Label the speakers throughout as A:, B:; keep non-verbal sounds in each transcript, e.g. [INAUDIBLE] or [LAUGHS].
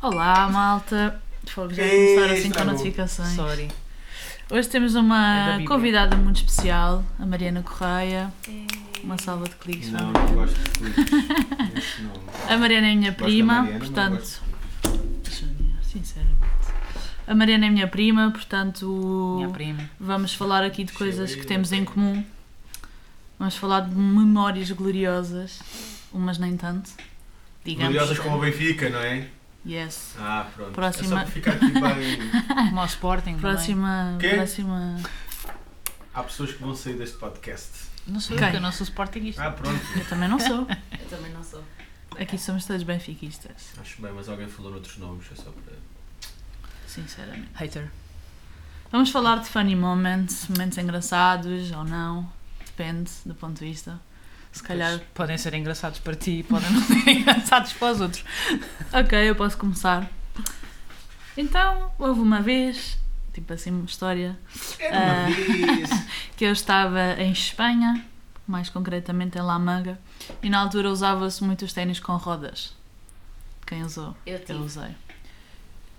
A: Olá, malta. Fogo, já começaram assim com
B: Extra.
A: notificações.
C: Sorry.
A: Hoje temos
C: É da
A: uma
C: Bíblia.
A: convidada muito especial, a Mariana Correia. Uma salva de cliques.
B: Não,
A: vamos ver.
B: não gosto de cliques.
A: [LAUGHS]
B: Esse nome.
A: A Mariana é minha
B: Gosto da
A: prima,
B: Mariana, mas não
A: portanto. Júnior, sinceramente. A Mariana é minha prima, portanto.
C: Minha prima.
A: Vamos falar aqui de coisas
B: Sim.
A: que temos em comum. Vamos falar de memórias gloriosas, umas nem tanto. Digamos.
B: Gloriosas como o Benfica, não é?
A: Yes.
B: Ah, pronto.
A: Próxima.
B: É só para ficar aqui bem.
A: Ah.
C: Como ao Sporting. Próximo.
A: Próxima.
B: Quê?
A: Próxima.
B: Há pessoas que vão sair deste podcast.
C: Não sou
A: Quem?
C: eu, que eu não sou Sportingista.
B: Ah, pronto.
A: Eu também não sou.
D: Eu também não sou.
A: Aqui somos todos benfiquistas,
B: Acho bem, mas alguém falou noutros nomes. É só para.
A: sinceramente.
C: Hater.
A: Vamos falar de funny moments, momentos engraçados ou não, depende do ponto de vista. Se calhar.
C: Pois, podem ser engraçados para ti e podem não ser [LAUGHS] engraçados para os outros.
A: Ok, eu posso começar. Então, houve uma vez, tipo assim, uma história,
B: Era uma
A: Ah.
B: vez.
A: que eu estava em Espanha, mais concretamente em La Manga, e na altura usava-se muito os ténis com rodas. Quem usou?
D: Eu
A: Eu
D: tive.
A: usei.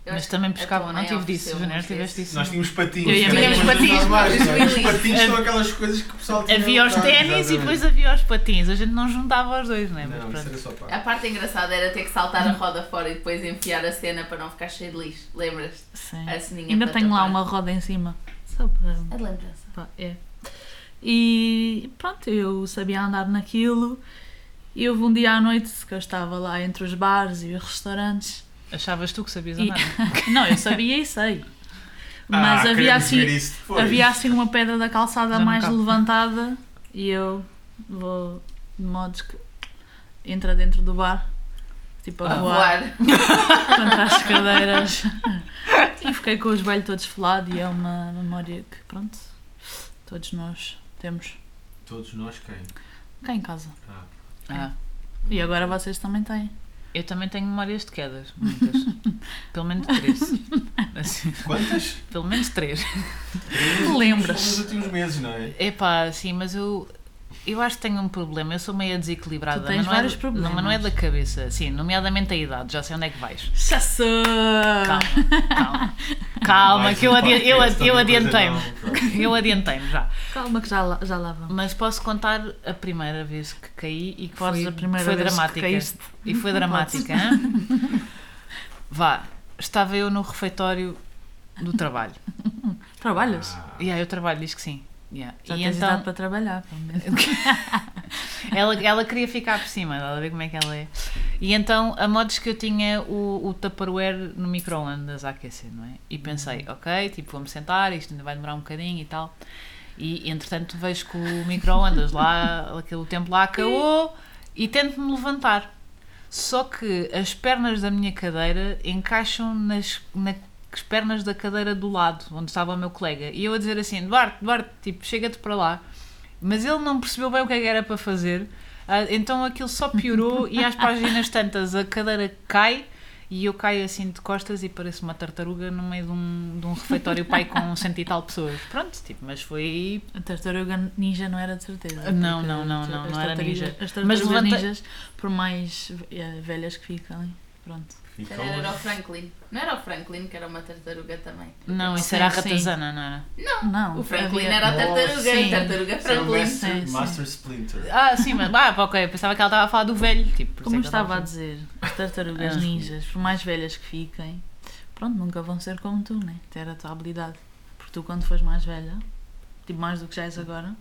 D: Eu
C: Mas
D: acho
C: também
D: que a
C: pescavam.
D: tua
C: Não
D: mãe é
C: tive disso,
D: ofereceu-me
C: Júnior.
D: uns
C: Tiveste
D: desses.
C: disso.
B: Nós tínhamos patins.
A: Eu ia-
B: que eram
A: Tínhamos
B: coisas
C: patins,
B: normais,
D: mas
B: não é? Os
D: juvenis.
B: patins são aquelas coisas que o pessoal tinha.
C: Havia os
B: no carro,
C: ténis e depois
B: exatamente.
C: havia os patins. A gente não juntava os dois, não é? Mas
B: Não, isso
C: pronto.
B: era só
D: A
A: Ah,
B: para.
D: parte engraçada era ter que saltar a roda fora e depois enfiar a cena para não ficar cheio de lixo. Lembras-te?
A: Sim.
D: A ceninha
A: É. Ainda
D: para
A: tenho lá
D: tapar.
A: uma roda em cima. Só para.
D: É de lembrança.
A: Pá, é. E pronto, eu sabia andar naquilo. E houve um dia à noite que eu estava lá entre os bares e os restaurantes.
B: é-
C: Achavas tu que sabias
A: E-
C: andar? não é?
A: Não, eu sabia e sei.
B: Ah,
A: Mas havia, assim, havia assim uma pedra da calçada
C: Não, não
A: mais
C: cabe.
A: levantada e eu vou de modos que entra dentro do bar, tipo a
C: Ah,
A: voar [LAUGHS]
D: Voar.
A: contra as cadeiras. [LAUGHS] e fiquei com o joelho todo esfolado e é uma memória que, pronto, todos nós temos
B: Todos nós quem?
A: cá em casa.
B: Ah,
C: Ah,
A: E agora vocês também têm.
C: eu também tenho memórias de quedas.
A: [LAUGHS]
C: Muitas. Pelo menos três. Assim,
B: Quantas?
C: pelo menos três.
B: Nos
A: Lembras?
B: últimos meses, não é?
C: Epá, sim, mas eu, eu acho que tenho um problema. Eu sou meio desequilibrada.
A: Tu tens
C: mas não é
A: vários
C: do-
A: problemas.
C: Não, mas não é da cabeça. Sim, nomeadamente a idade. Já sei onde é que vais.
A: Já sou!
C: Calma, calma. Calma,
B: Mais
C: que eu,
B: um
C: adi eu,
B: podcast,
C: adi eu
B: outra coisa
C: adiantei-me.
B: não, pronto.
C: Eu adiantei-me já.
A: Calma que já lá, já lá vamos.
C: Mas posso contar a primeira vez que caí e que
A: Podes
C: foi,
A: a primeira
C: foi
A: vez que
C: dramática.
A: caíste.
C: E foi dramática. hã? Vá, estava eu no refeitório do trabalho.
A: Trabalhas?
B: Ah,
C: E yeah, eu trabalho, diz que sim. Yeah.
A: Já
C: e
A: tens
C: então,
A: idade para trabalhar, pelo menos.
C: Ela, ela queria ficar por cima, ela ver como é que ela é. E então, a modos que eu tinha o, o Tupperware no micro-ondas a aquecer, não é? E pensei, ok, tipo, vou-me sentar, isto ainda vai demorar um bocadinho e tal. E entretanto, vejo que o micro-ondas lá, aquele tempo lá acabou e tento-me levantar. Só que as pernas da minha cadeira encaixam nas, nas pernas da cadeira do lado, onde estava o meu colega. E eu a dizer assim: Duarte, Duarte, tipo, chega-te para lá. Mas ele não percebeu bem o que é que era para fazer, ah, então aquilo só
A: [LAUGHS]
C: piorou e às páginas tantas a cadeira cai e eu caio assim de costas e pareço uma tartaruga no meio de um, de um refeitório pai com cento e tal pessoas. Pronto, tipo, mas foi
A: [LAUGHS] A tartaruga ninja não era de certeza.
C: Não,
A: porque
C: não, não,
A: as
C: não, não era
A: tartarugas-
C: ninja.
A: As
C: Mas
A: tartarugas
C: levanta-
A: ninjas, por mais eh, velhas que ficam, pronto.
B: ficam
D: Era o
B: as-
D: Franklin. Não era o Franklin que era uma tartaruga também?
C: Não, isso
A: Sim,
C: era a
A: sim.
C: ratazana, não era?
A: Não,
D: O Franklin
A: havia-
D: era a tartaruga.
A: Nossa, sim.
D: a tartaruga
B: Era o
D: Franklin.
B: um Master,
A: sim.
B: Master Splinter.
C: Ah, sim, mas. Ah, ok, eu pensava que ela estava a falar do velho. Tipo, por isso
A: Como
C: é
A: eu
C: que eu
A: estava a É.
C: estava
A: dizer, as tartarugas [LAUGHS]
C: Ah.
A: ninjas, por mais velhas que fiquem, pronto, nunca vão ser como tu, né? Ter a tua habilidade. Porque tu, quando fores mais velha, tipo mais do que já és agora,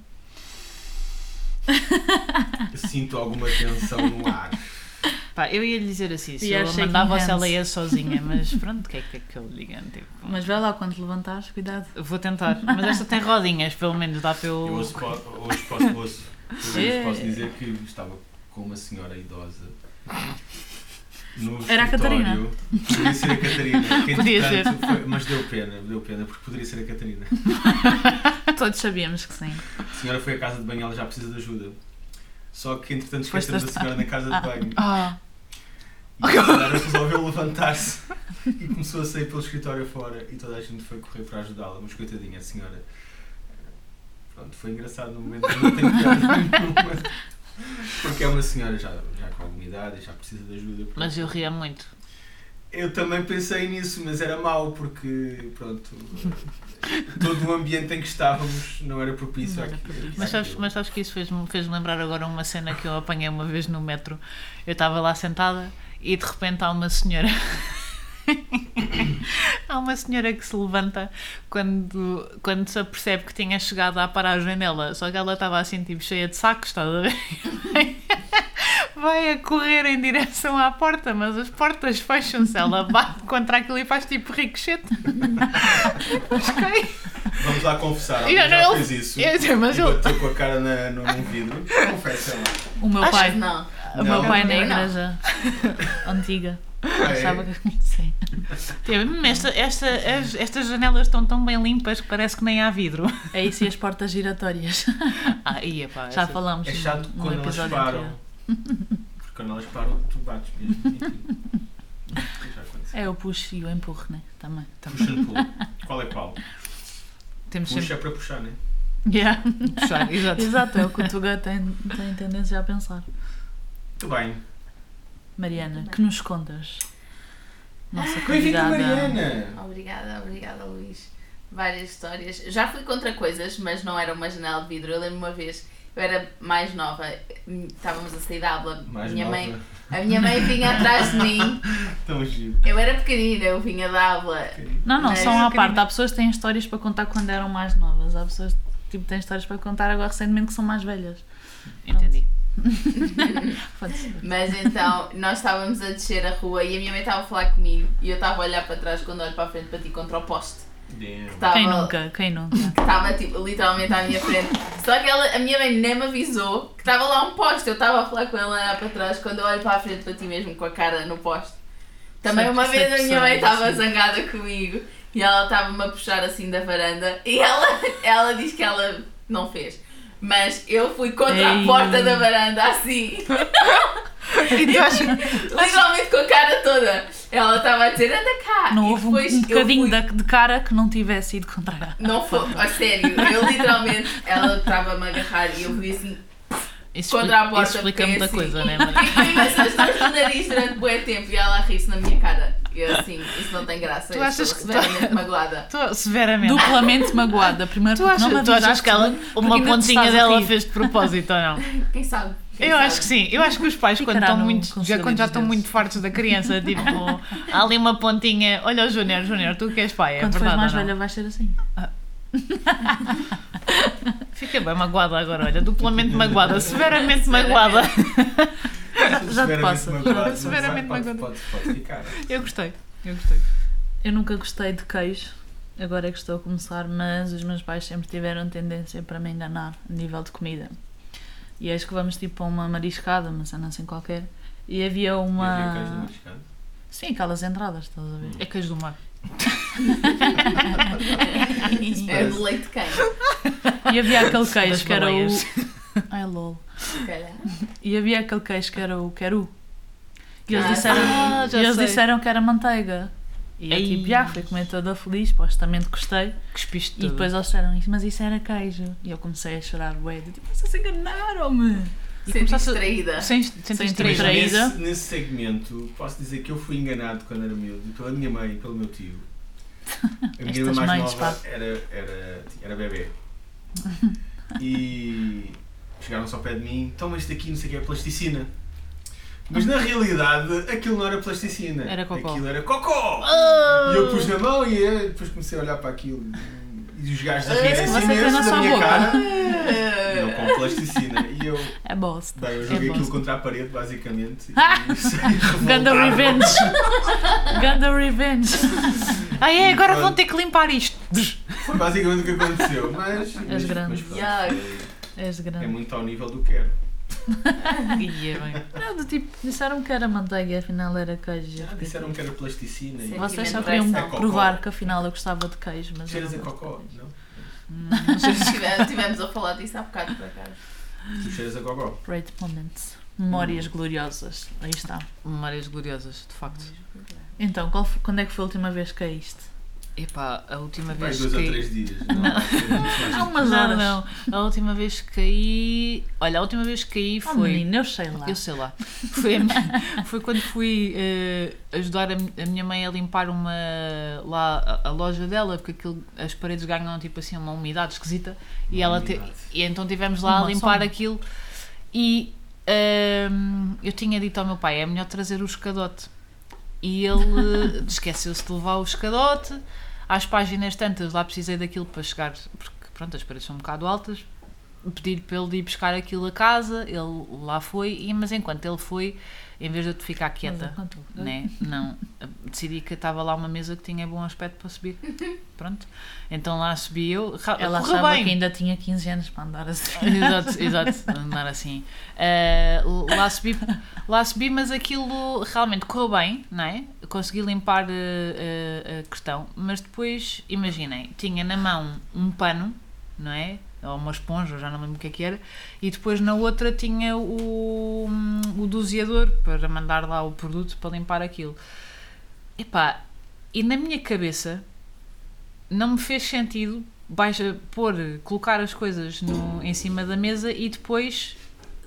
B: Sinto alguma tensão no ar.
C: a- Pá, eu ia lhe dizer assim, se
A: We are
C: eu a
A: shaking
C: mandava ou se ela
A: hands.
C: ia sozinha,
A: [LAUGHS]
C: mas pronto, o que é que, é que eu lhe diga? Tipo,
A: mas vai lá quando te levantares,
B: [LAUGHS]
A: cuidado.
C: Vou tentar, mas esta tem rodinhas, pelo menos dá para
B: Eu
C: eu.
B: hoje, po- hoje posso, ouço- hoje
A: É.
B: posso dizer que estava com uma senhora idosa. No
A: Era a Catarina.
B: escritório. Podia ser a
A: [LAUGHS]
B: Catarina. que,
C: Podia ser.
B: entretanto, foi- mas deu pena, deu pena, porque poderia ser a Catarina.
A: Todos sabíamos que sim.
B: A senhora foi à casa de banho, ela já precisa de ajuda. Só que entretanto
A: Foste
B: esquecemos a senhora na casa de banho.
C: Ah, [LAUGHS]
B: E a senhora resolveu levantar-se e começou a sair pelo escritório fora e toda a gente foi correr para ajudá-la, mas coitadinha a senhora. Pronto, foi engraçado no momento, mas não tenho piada
C: [LAUGHS]
B: nenhuma. Porque é uma senhora já, já com alguma idade e já precisa de ajuda. portanto,
C: mas eu ria muito.
B: Eu também pensei nisso, mas era mau porque, pronto, todo o ambiente em que estávamos não era propício
A: Não era
B: àqui-
A: propício.
C: Mas sabes,
B: àquilo.
C: mas sabes que isso fez-me fez lembrar agora uma cena que eu apanhei uma vez no metro. Eu estava lá sentada e de repente há uma senhora. [LAUGHS] há uma senhora que se levanta quando, quando se apercebe que tinha chegado à paragem dela. Só que ela estava assim, tipo, cheia de sacos, estás a ver? [LAUGHS] Vai a correr em direção à porta, mas as portas fecham-se. Ela bate contra aquilo e faz tipo ricochete. [LAUGHS] Mas cai.
B: Vamos lá confessar,
C: E
B: alguém
C: não,
B: já
C: ele-
B: fez isso.
C: Eu sei, mas
B: e
C: eu-
B: bateu com a cara na, no, num vidro. Confessa lá.
A: O meu
C: Acho-
A: pai,
D: Não.
A: o meu
B: Não.
A: pai na
D: Eu
B: [LAUGHS]
D: não.
A: igreja antiga.
B: Ah, é?
A: Achava que [LAUGHS] sim.
C: Teve, "Hum, Esta, esta, as- estas janelas estão tão bem limpas que parece que nem há vidro.
A: É isso e as portas giratórias.
C: [LAUGHS] Ah, ia pá.
A: Já
C: essa-
A: falamos
B: É chato
A: no
B: quando elas
A: um episódio
B: param.
A: anterior.
B: Porque quando elas param, tu bates mesmo. E tu-
A: [LAUGHS]
B: Já aconteceu.
A: É o puxo e o empurro, né? Também.
B: Puxa and pull. Qual é qual?
C: Temos
B: Puxa
C: sempre
B: é para puxar, né?
A: Yeah.
C: que puxar, [LAUGHS]
A: [LAUGHS]
C: exato.
A: Exato, é o que o Tuga tem, tem tendência a pensar.
B: Muito bem.
A: Mariana, que nos contas? Nossa
B: Bem-vinda,
A: convidada.
B: é Mariana!
D: Obrigada, obrigada, Luís. Várias histórias. Já fui contra coisas, mas não era uma janela de vidro. Eu lembro uma vez, eu era mais nova, hum, estávamos a sair da aula.
B: Mais
D: minha
B: nova.
D: mãe, a minha mãe vinha atrás de mim.
B: Tão giro.
D: Eu era pequenina, eu vinha da aula.
A: Não, não,
B: É
D: Mas-
A: só uma parte. Há pessoas que têm histórias para contar quando eram mais novas. Há pessoas que tipo, têm histórias para contar agora recentemente que são mais velhas.
C: Entendi.
A: Pode ser.
D: Mas então, nós estávamos a descer a rua e a minha mãe estava a falar comigo e eu estava a olhar para trás quando olho para a frente para ti contra o poste.
B: Damn.
D: Estava-
A: Quem nunca? Quem
C: [LAUGHS]
A: nunca?
D: Estava tipo, literalmente à minha frente. Só que ela, a minha mãe nem me avisou que estava lá um poste. Eu estava a falar com ela lá para trás. Quando eu olho para a frente, bati mesmo com a cara no poste. Também
A: Certo,
D: uma
A: certo,
D: vez a minha mãe
A: certo,
D: estava
A: sim.
D: zangada comigo e ela estava-me a puxar assim da varanda e ela, ela diz que ela não fez. Mas eu fui contra
A: Ei.
D: a porta da
A: [LAUGHS]
D: varanda assim.
C: E tu achas-
D: Literalmente com a cara toda. Ela estava a dizer, anda cá.
A: Não
D: E
A: houve um,
D: depois
A: um
D: eu
A: bocadinho
D: fui-
A: da- de cara que não tivesse ido contra a
D: Não foi, a sério, eu literalmente, ela estava-me a agarrar e eu fui assim,
C: Isso
D: Contra a
C: expli-
D: porta,
C: isso explica
D: porque
C: muita
D: assim-
C: coisa, não é? [LAUGHS] Mas
D: mas as duas no nariz durante bué tempo e ela a rir-se na minha cara. E eu assim, isso não tem graça,
C: Tu
D: eu
C: achas
D: estou
C: que-
D: completamente magoada.
C: Estou severamente.
A: Duplamente magoada. Primeiro
C: Tu achas,
A: porque não me
C: tu achas
A: avisaste,
C: que ela,
A: porque
C: uma
A: ainda te
C: pontinha
A: estás a
C: dela
A: rir.
C: fez de propósito ou [LAUGHS] não?
D: Quem sabe? Quem
C: Eu
D: sabe?
C: acho que sim. Eu acho que os pais, quando,
A: Ficará
C: estão
A: no
C: muito, já,
A: conselho
C: quando já
A: dos
C: estão
A: deuses.
C: muito fartos da criança, tipo, [LAUGHS] há ali uma pontinha. Olha o Júnior, Júnior, tu que és pai,
A: Quando
C: é
A: fores
C: verdade.
A: mais
C: ou não?
A: velha vais ser assim.
C: Fiquei bem magoada agora, olha, duplamente magoada, [LAUGHS] severamente magoada.
A: já te passa.
B: Magoado,
C: Severamente magoado.
B: Pode, pode, pode ficar.
C: Eu gostei, eu gostei.
A: Eu nunca gostei de queijo, agora é que estou a começar, mas os meus pais sempre tiveram tendência para me enganar a nível de comida. E acho que vamos tipo a uma mariscada, uma cena assim qualquer. E havia
B: E havia queijo no
A: uma.
B: mariscado?
A: Sim, aquelas entradas, estás a ver?
C: É queijo do mar.
D: É de leite de quem?
A: E
C: [LAUGHS]
A: havia aquele
C: Das
A: queijo que era o.
C: baleias.
A: [LAUGHS] Ai lol.
D: Se calhar.
A: E havia aquele queijo que era o Queru. E eles
D: Ah,
A: disseram,
C: Ah, já
A: e eles
C: sei.
A: disseram que era manteiga. E eu
C: Ei.
A: tipo, já fui comer toda feliz, supostamente gostei.
C: Cuspiste
A: E depois eles disseram, "Isso- mas isso era queijo. E eu comecei a chorar, ué, do tipo, vocês enganaram-me.
C: E
D: Senti
C: começaste-
D: distraída.
C: Sem, sem
A: Sem
B: Mas
A: distraída.
C: distraída.
B: nesse, nesse segmento, posso dizer que eu fui enganado quando era miúdo pela minha mãe e pelo meu tio. A minha irmã
A: Estas
B: mais
A: mães,
B: nova era, era, era bebê. E chegaram-se ao pé de mim, toma isto aqui, não sei o que, é plasticina. Mas na realidade, aquilo não era plasticina.
C: Era cocó.
B: Aquilo era cocó!
A: Ah!
B: E eu pus na mão e eh, depois comecei a olhar para aquilo. E os gajos a rirem-se
A: É, Você tem na
B: imenso
A: sua
B: da minha
A: boca. [LAUGHS]
B: cara. Não com plasticina. E eu,
A: É bosta.
B: Bem, eu joguei
A: É
B: aquilo
A: bom.
B: contra a parede, basicamente.
A: Ah!
C: [LAUGHS]
B: E saí
A: Ganda
B: revoltado.
A: revenge. Ganda revenge.
C: Ah, é, agora
B: Pronto.
C: vão ter que
B: [LAUGHS]
C: limpar isto.
B: Foi basicamente o que aconteceu. Mas. mas-
A: grande.
B: mas pronto,
D: Yeah.
A: És
B: é, é
A: grande.
B: muito ao nível do quero.
C: Ia é bem.
A: Não, do tipo, disseram que era manteiga e afinal era queijo.
B: Já disseram que era plasticina.
D: Sim.
B: e
A: Vocês só
D: Sentimento de
A: queriam
D: traição.
A: provar que afinal eu gostava de queijo, mas. eu
B: Cheiras a
A: não gosto de
B: cocó,
A: queijo.
B: não?
D: Tive- Tivemos a falar disso há bocado, por acaso.
B: Tu cheiras a cocó.
A: Great moments. Memórias
C: Hum.
A: gloriosas. Aí está.
C: Memórias gloriosas, de facto.
A: Então, qual foi- quando é que foi a última vez que caíste?
C: Epá, a última
B: Vai
C: vez
B: dois ou
C: que.
B: três dias.
C: [LAUGHS]
B: Não. há muito mais.
A: Há umas
C: Não,
A: horas.
C: não. A última vez que caí. Olha, a última vez que caí
A: Oh,
C: foi.
A: menina, eu sei lá.
C: Eu sei lá. Foi, a minha- foi quando fui eh, ajudar a, mi- a minha mãe a limpar uma lá a, a loja dela, porque aquilo, as paredes ganham tipo assim uma umidade esquisita e
B: Uma
C: ela te-
B: umidade.
C: e então tivemos lá
A: Uma
C: a limpar
A: sombra.
C: aquilo e ehm, eu tinha dito ao meu pai é melhor trazer o escadote
A: [LAUGHS]
C: e ele esqueceu-se de levar o escadote às páginas tantas lá precisei daquilo para chegar porque pronto as paredes são um bocado altas pedir para ele ir buscar aquilo a casa, ele lá foi, e, mas enquanto ele foi, em vez de eu te ficar quieta, né? não, decidi que estava lá uma mesa que tinha bom aspecto
A: [LAUGHS]
C: para subir. Pronto. Então lá subi eu, ra-
A: Ela
C: correu
A: achava
C: bem.
A: que ainda tinha 15 anos para andar assim.
C: Exato, exato, andar assim. Ah, lá, subi, lá subi, mas aquilo realmente correu bem, não é? Consegui limpar eh, eh, a questão, mas depois, imaginem, tinha na mão um pano, não é? Ou uma esponja, já não lembro o que é que era, e depois na outra tinha o, o doseador para mandar lá o produto para limpar aquilo. Epá, e na minha cabeça não me fez sentido baixa, pôr, colocar as coisas no, em cima da mesa e depois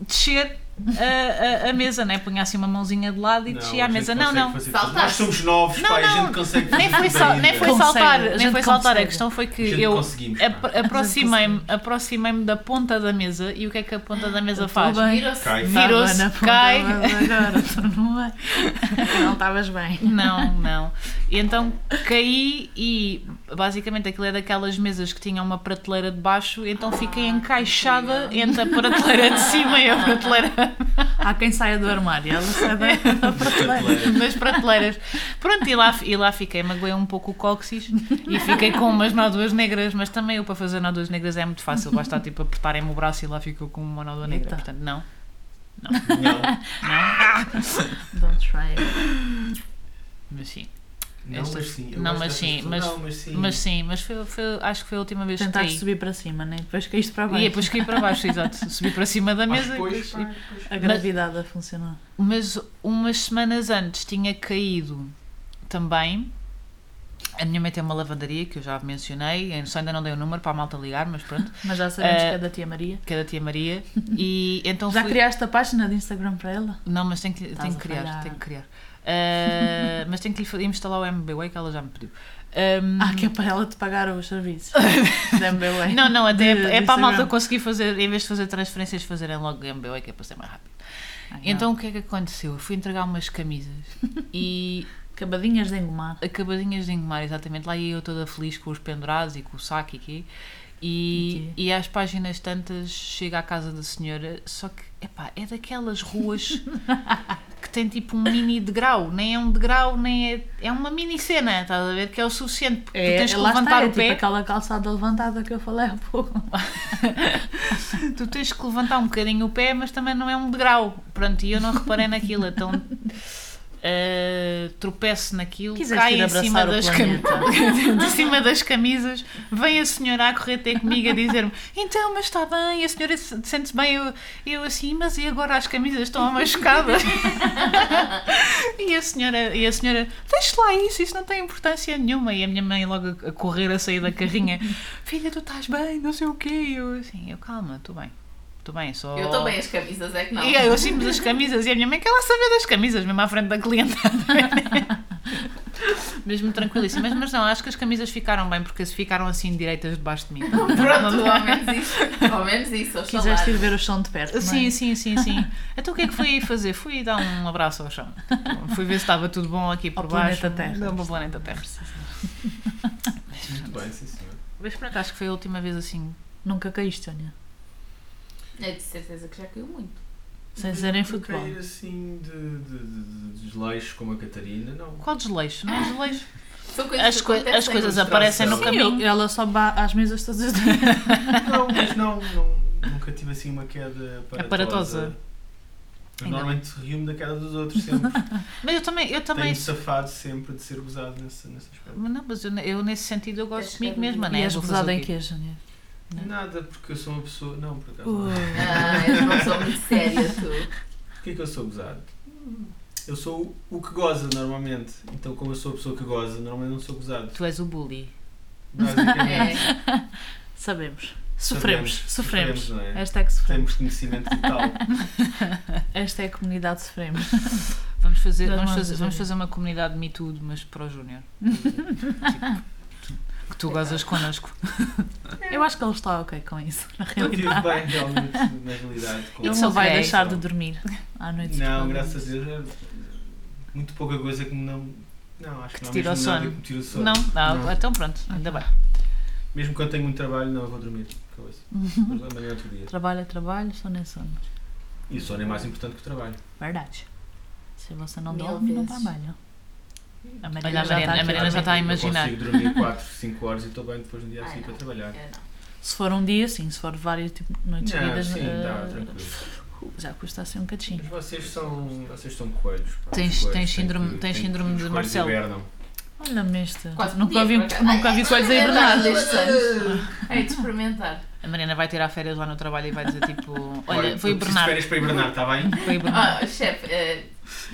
C: descer a, a, a mesa, né? Punha assim uma mãozinha de lado e
B: Não,
C: descia a
B: gente
C: mesa. "Ah,
B: consegue
C: Não, não.
B: fazer
D: Saltar.
B: tudo. Nós somos novos,
C: Não,
B: pá, e a
C: não.
B: gente consegue fazer
C: Nem foi,
B: tudo
C: sal-
B: ainda.
C: nem foi
A: Consegue,
C: saltar,
A: a
C: nem
A: gente
C: foi saltar. A
A: consegue.
C: questão foi que
B: A gente
C: eu é
B: conseguimos. pá.
C: ap- aproximei-me aproximei da ponta da mesa e o que é que a ponta da mesa faz?
A: bem.
D: Virou-se.
C: [LAUGHS]
B: Cai.
C: Virou-se,
A: Estava na ponta,
C: cai.
A: mas Agora estou no ar. Não estavas bem.
C: Não, não. E então caí e basicamente aquilo é daquelas mesas que tinha uma prateleira de baixo, então
A: Ah,
C: fiquei encaixada entre a prateleira de cima e a prateleira
A: [LAUGHS] Há quem saia do armário, ela sai
C: [LAUGHS]
A: da da prateleira.
C: das prateleiras. Pronto, e lá, e lá fiquei, magoei um pouco o cóccix e fiquei com umas nódoas negras, mas também eu para fazer nódoas negras é muito fácil, basta tipo apertarem-me o braço e lá ficou com uma nódoa negra.
A: Eita.
C: Portanto, não.
B: Não,
A: Don't try it.
C: Mas sim,
B: não,
C: Estas-
B: mas sim. eu
C: não,
B: gosto
C: mas
B: destas
C: sim,
B: pessoas.
C: mas-
B: Não, mas sim.
C: mas sim, mas foi, foi- acho que foi a última vez que
A: Tentaste
C: caí.
A: subir para cima, né? Depois caíste para
C: E
A: baixo.
C: depois caí
A: [LAUGHS]
C: para baixo, exato. Subi para cima da
B: Mas
C: mesa e
B: depois,
C: depois-
B: pá, depois-
A: A gravidade a funcionar.
C: Mas umas semanas antes tinha caído também. A minha mãe tem uma lavandaria que eu já mencionei, eu só ainda não dei o número para a malta ligar, mas pronto,
A: Mas já sabemos
C: Eh,
A: que é da tia Maria.
C: que é da tia Maria. E então
A: Já
C: fui-
A: criaste a página de Instagram para ela?
C: Não, mas tenho que,
A: Estás
C: tenho que
A: a
C: criar,
A: falhar.
C: tenho que criar. Ah, mas tenho que lhe fa- instalar o MBWay que ela já me pediu. Ahm,
A: Ah, que é para ela te pagar os serviços. é da MBWay. [LAUGHS]
C: [LAUGHS] Não, não, até
A: De-
C: é, é
A: de
C: para a malta
A: Instagram.
C: conseguir fazer, em vez de fazer transferências, fazerem logo MBWay que é para ser mais rápido.
A: Ah, não.
C: Então o que é que aconteceu? Eu fui entregar
A: [LAUGHS]
C: umas camisas e
A: Acabadinhas de engomar.
C: acabadinhas de engomar, exatamente. Lá ia eu toda feliz com os pendurados e com o saco e quê. E, e às páginas tantas chega à casa da senhora, só que epá, é daquelas
A: [LAUGHS]
C: ruas que tem tipo um mini degrau, nem é um degrau, nem é. É uma mini cena, estás a ver? Que é o suficiente, porque tu tens que
A: lá está,
C: levantar o
A: é
C: pé,
A: Tipo aquela calçada levantada que eu falei há pouco.
C: tu tens que levantar um bocadinho o pé, mas também não é um degrau. Pronto, e eu não reparei naquilo, então
A: [LAUGHS]
C: eh, tropeço naquilo,
A: Quiseste
C: caio
A: ir
C: em cima
A: abraçar o
C: das camisas.
A: planeta.
C: [LAUGHS] de cima das camisas, vem a senhora a correr ter comigo a dizer-me: Então, mas está bem, a senhora se- sente-se bem. Eu, eu assim, mas e agora as camisas estão machucadas? e, a senhora, e a senhora: Deixe lá isso, isso não tem importância nenhuma. E a minha mãe logo a- a correr a sair da [LAUGHS] carrinha: Filha, tu estás bem, não sei o quê. E eu assim: Eu calma, estou bem, estou bem, só.
D: Eu estou bem, as camisas é que não.
C: E aí eu assim, mas as camisas, e a minha mãe quer lá saber das camisas, mesmo à frente da cliente. [LAUGHS] mesmo tranquilíssima. Mas, mas não, acho que as camisas ficaram bem, porque se ficaram assim direitas debaixo de mim.
D: [LAUGHS] Pronto, ao menos isso. Ao menos isso, ao
A: Quiseste ir
D: salário.
A: ver o chão de perto. não é?
C: Sim, sim, sim, sim. Então o que é que fui aí fazer? Fui dar um abraço ao chão. Fui ver se estava tudo bom aqui por
A: Ao
C: baixo.
A: planeta Terra.
C: Não, ao planeta Terra.
B: Muito bem, sim, senhor.
C: Mas pronto, acho que foi a última vez assim.
A: Nunca caíste, Sonia.
D: É de certeza que já caiu muito.
A: Sem ser em
B: Nunca
A: futebol.
B: cair assim de, de, de, de desleixo como a Catarina, não.
C: Qual desleixo? Não é desleixo?
D: São coisas
C: As,
D: que
C: coi-
D: acontecem.
C: as coisas
B: Distração.
C: aparecem no
B: Sim,
C: caminho.
A: Sim, eu- ela só ba às mesas todos os dias. [LAUGHS]
B: Não, mas não, não- nunca tive assim uma queda aparatosa.
C: Aparatosa.
B: Eu
C: Ainda
B: normalmente rio-me da queda dos
A: [LAUGHS]
B: outros sempre.
C: Mas eu também, eu também
B: Tenho safado sempre de ser gozado nesse, nesse aspecto.
C: Mas Não, mas eu, eu nesse sentido eu gosto
D: Queres
C: de comigo
D: que eu
C: mesma,
D: diga?
C: não
A: E
C: é?
A: és
C: Vou fazer
A: gozada
C: o
A: em
C: quê?
A: quê, Sonia? Não.
B: Nada, porque eu sou uma pessoa. Não, por acaso. não.
A: É. Uh, [LAUGHS]
D: Ah, és uma pessoa muito séria, tu.
B: Porquê que eu sou gozado? Eu sou o que goza normalmente. Então, como eu sou a pessoa que goza, normalmente não sou
A: [LAUGHS]
B: gozado.
C: Tu és o bully.
B: Basicamente.
D: É.
A: [LAUGHS] Sabemos. Sofremos,
B: Sabemos,
A: sofremos.
B: sofremos, não é?
A: Hashtag sofremos.
B: Temos conhecimento total.
A: [LAUGHS] Esta é a comunidade sofremos.
C: Vamos fazer,
A: Nós
C: vamos
A: vamos
C: fazer, vamos
A: fazer.
C: fazer uma comunidade de Me Too, mas para o Júnior. Tipo, que tu
B: [LAUGHS]
C: gozas connosco.
A: Eu acho que ele está ok com isso, na
C: Então
B: Eu tive
C: tá.
A: realidade.
B: bem, realmente, na realidade. com-
A: Ele só vai
C: Ok.
A: deixar de dormir à noite.
B: Não,
C: tipo,
A: por causa [LAUGHS]
B: graças
A: disso.
B: a Deus, é muito pouca coisa que me não. Não, acho que,
C: Que
B: não há
C: te tira
B: mesmo
C: o
B: nada
C: sono.
B: que me tira o sono.
C: Não, não,
B: Não.
C: então pronto, ainda bem.
B: Mesmo quando tenho muito trabalho, não vou dormir. Coisa. Mas
C: Hum.
B: Amanhã é outro dia.
A: Trabalho é trabalho, sono é sono.
B: E o sono é mais importante que o trabalho.
A: Verdade. Se você não
D: Mil
A: dorme, não
D: vezes.
A: trabalha. A tá
C: Olha, a Mariana-
A: aqui
C: a Mariana já está a
A: dormir.
C: imaginar.
B: Eu consigo dormir 4, 5 horas e estou bem depois no dia a
D: Ai,
B: seguir para
D: não.
B: trabalhar.
D: Eu não.
A: Se for um dia, sim. Se for várias tipo, noites
B: Não,
A: seguidas,
B: sim, dá,
A: eh,
B: tranquilo.
A: já custa assim um catinho.
B: Mas vocês são, vocês são coelhos. pá,
C: Tens-
B: os coelhos
C: tens
B: têm
C: síndrome-
B: que- têm
C: tens
B: que-
C: síndrome
B: os
C: de
B: coelhos
C: Marcelo.
B: hibernam.
A: Olha-me este.
C: um
D: Quase
A: Nunca
D: podia,
A: vi,
D: por acaso.
A: nunca
D: Ai,
A: vi
D: ai,
A: coisas
D: é
A: aí
D: verdade,
A: Bernardo.
D: estes anos. É de experimentar.
C: A Mariana vai tirar férias lá no trabalho e vai dizer
B: [LAUGHS]
C: tipo: Olha,
B: Olha,
C: foi o
B: eu preciso de
C: Bernardo.
B: férias para hibernar, está bem?
C: Foi
B: [LAUGHS]
C: o Bernardo.
D: Ah, chefe, eh,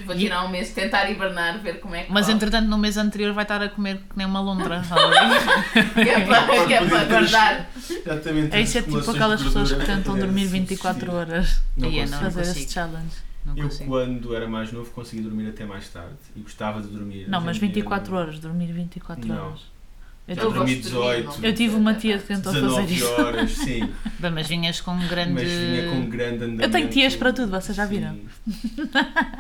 D: vou tirar um mês, tentar hibernar, ver como é que
C: Mas
D: corre.
C: entretanto, no mês anterior vai estar a comer que nem
B: [LAUGHS]
C: uma lontra. sabe?
D: [LAUGHS] Que
A: [LAUGHS]
D: é para, que é para guardar.
B: Exatamente.
A: Isso é tipo aquelas pessoas que tentam dormir 24 horas.
B: Não
C: E é,
B: consigo.
C: não
A: fazer
C: consigo.
A: esse challenge.
C: Não
B: Eu,
C: consigo.
B: quando era mais novo, consegui dormir até mais tarde e gostava de dormir.
A: Não,
B: Hoje
A: mas
B: em dia,
A: 24
B: não-
A: horas. Dormir 24
B: Não.
A: horas. Eu
B: Já
A: tive-
B: dormi
D: gosto de dormir,
B: 18.
D: não.
A: Eu tive uma tia que tentou fazer
B: 19
A: isso.
B: horas,
A: [LAUGHS]
B: sim.
C: Bem, mas vinhas com um grande.
B: Mas vinha com um grande andamento.
A: Eu tenho tias para tudo, vocês já viram?
B: Sim.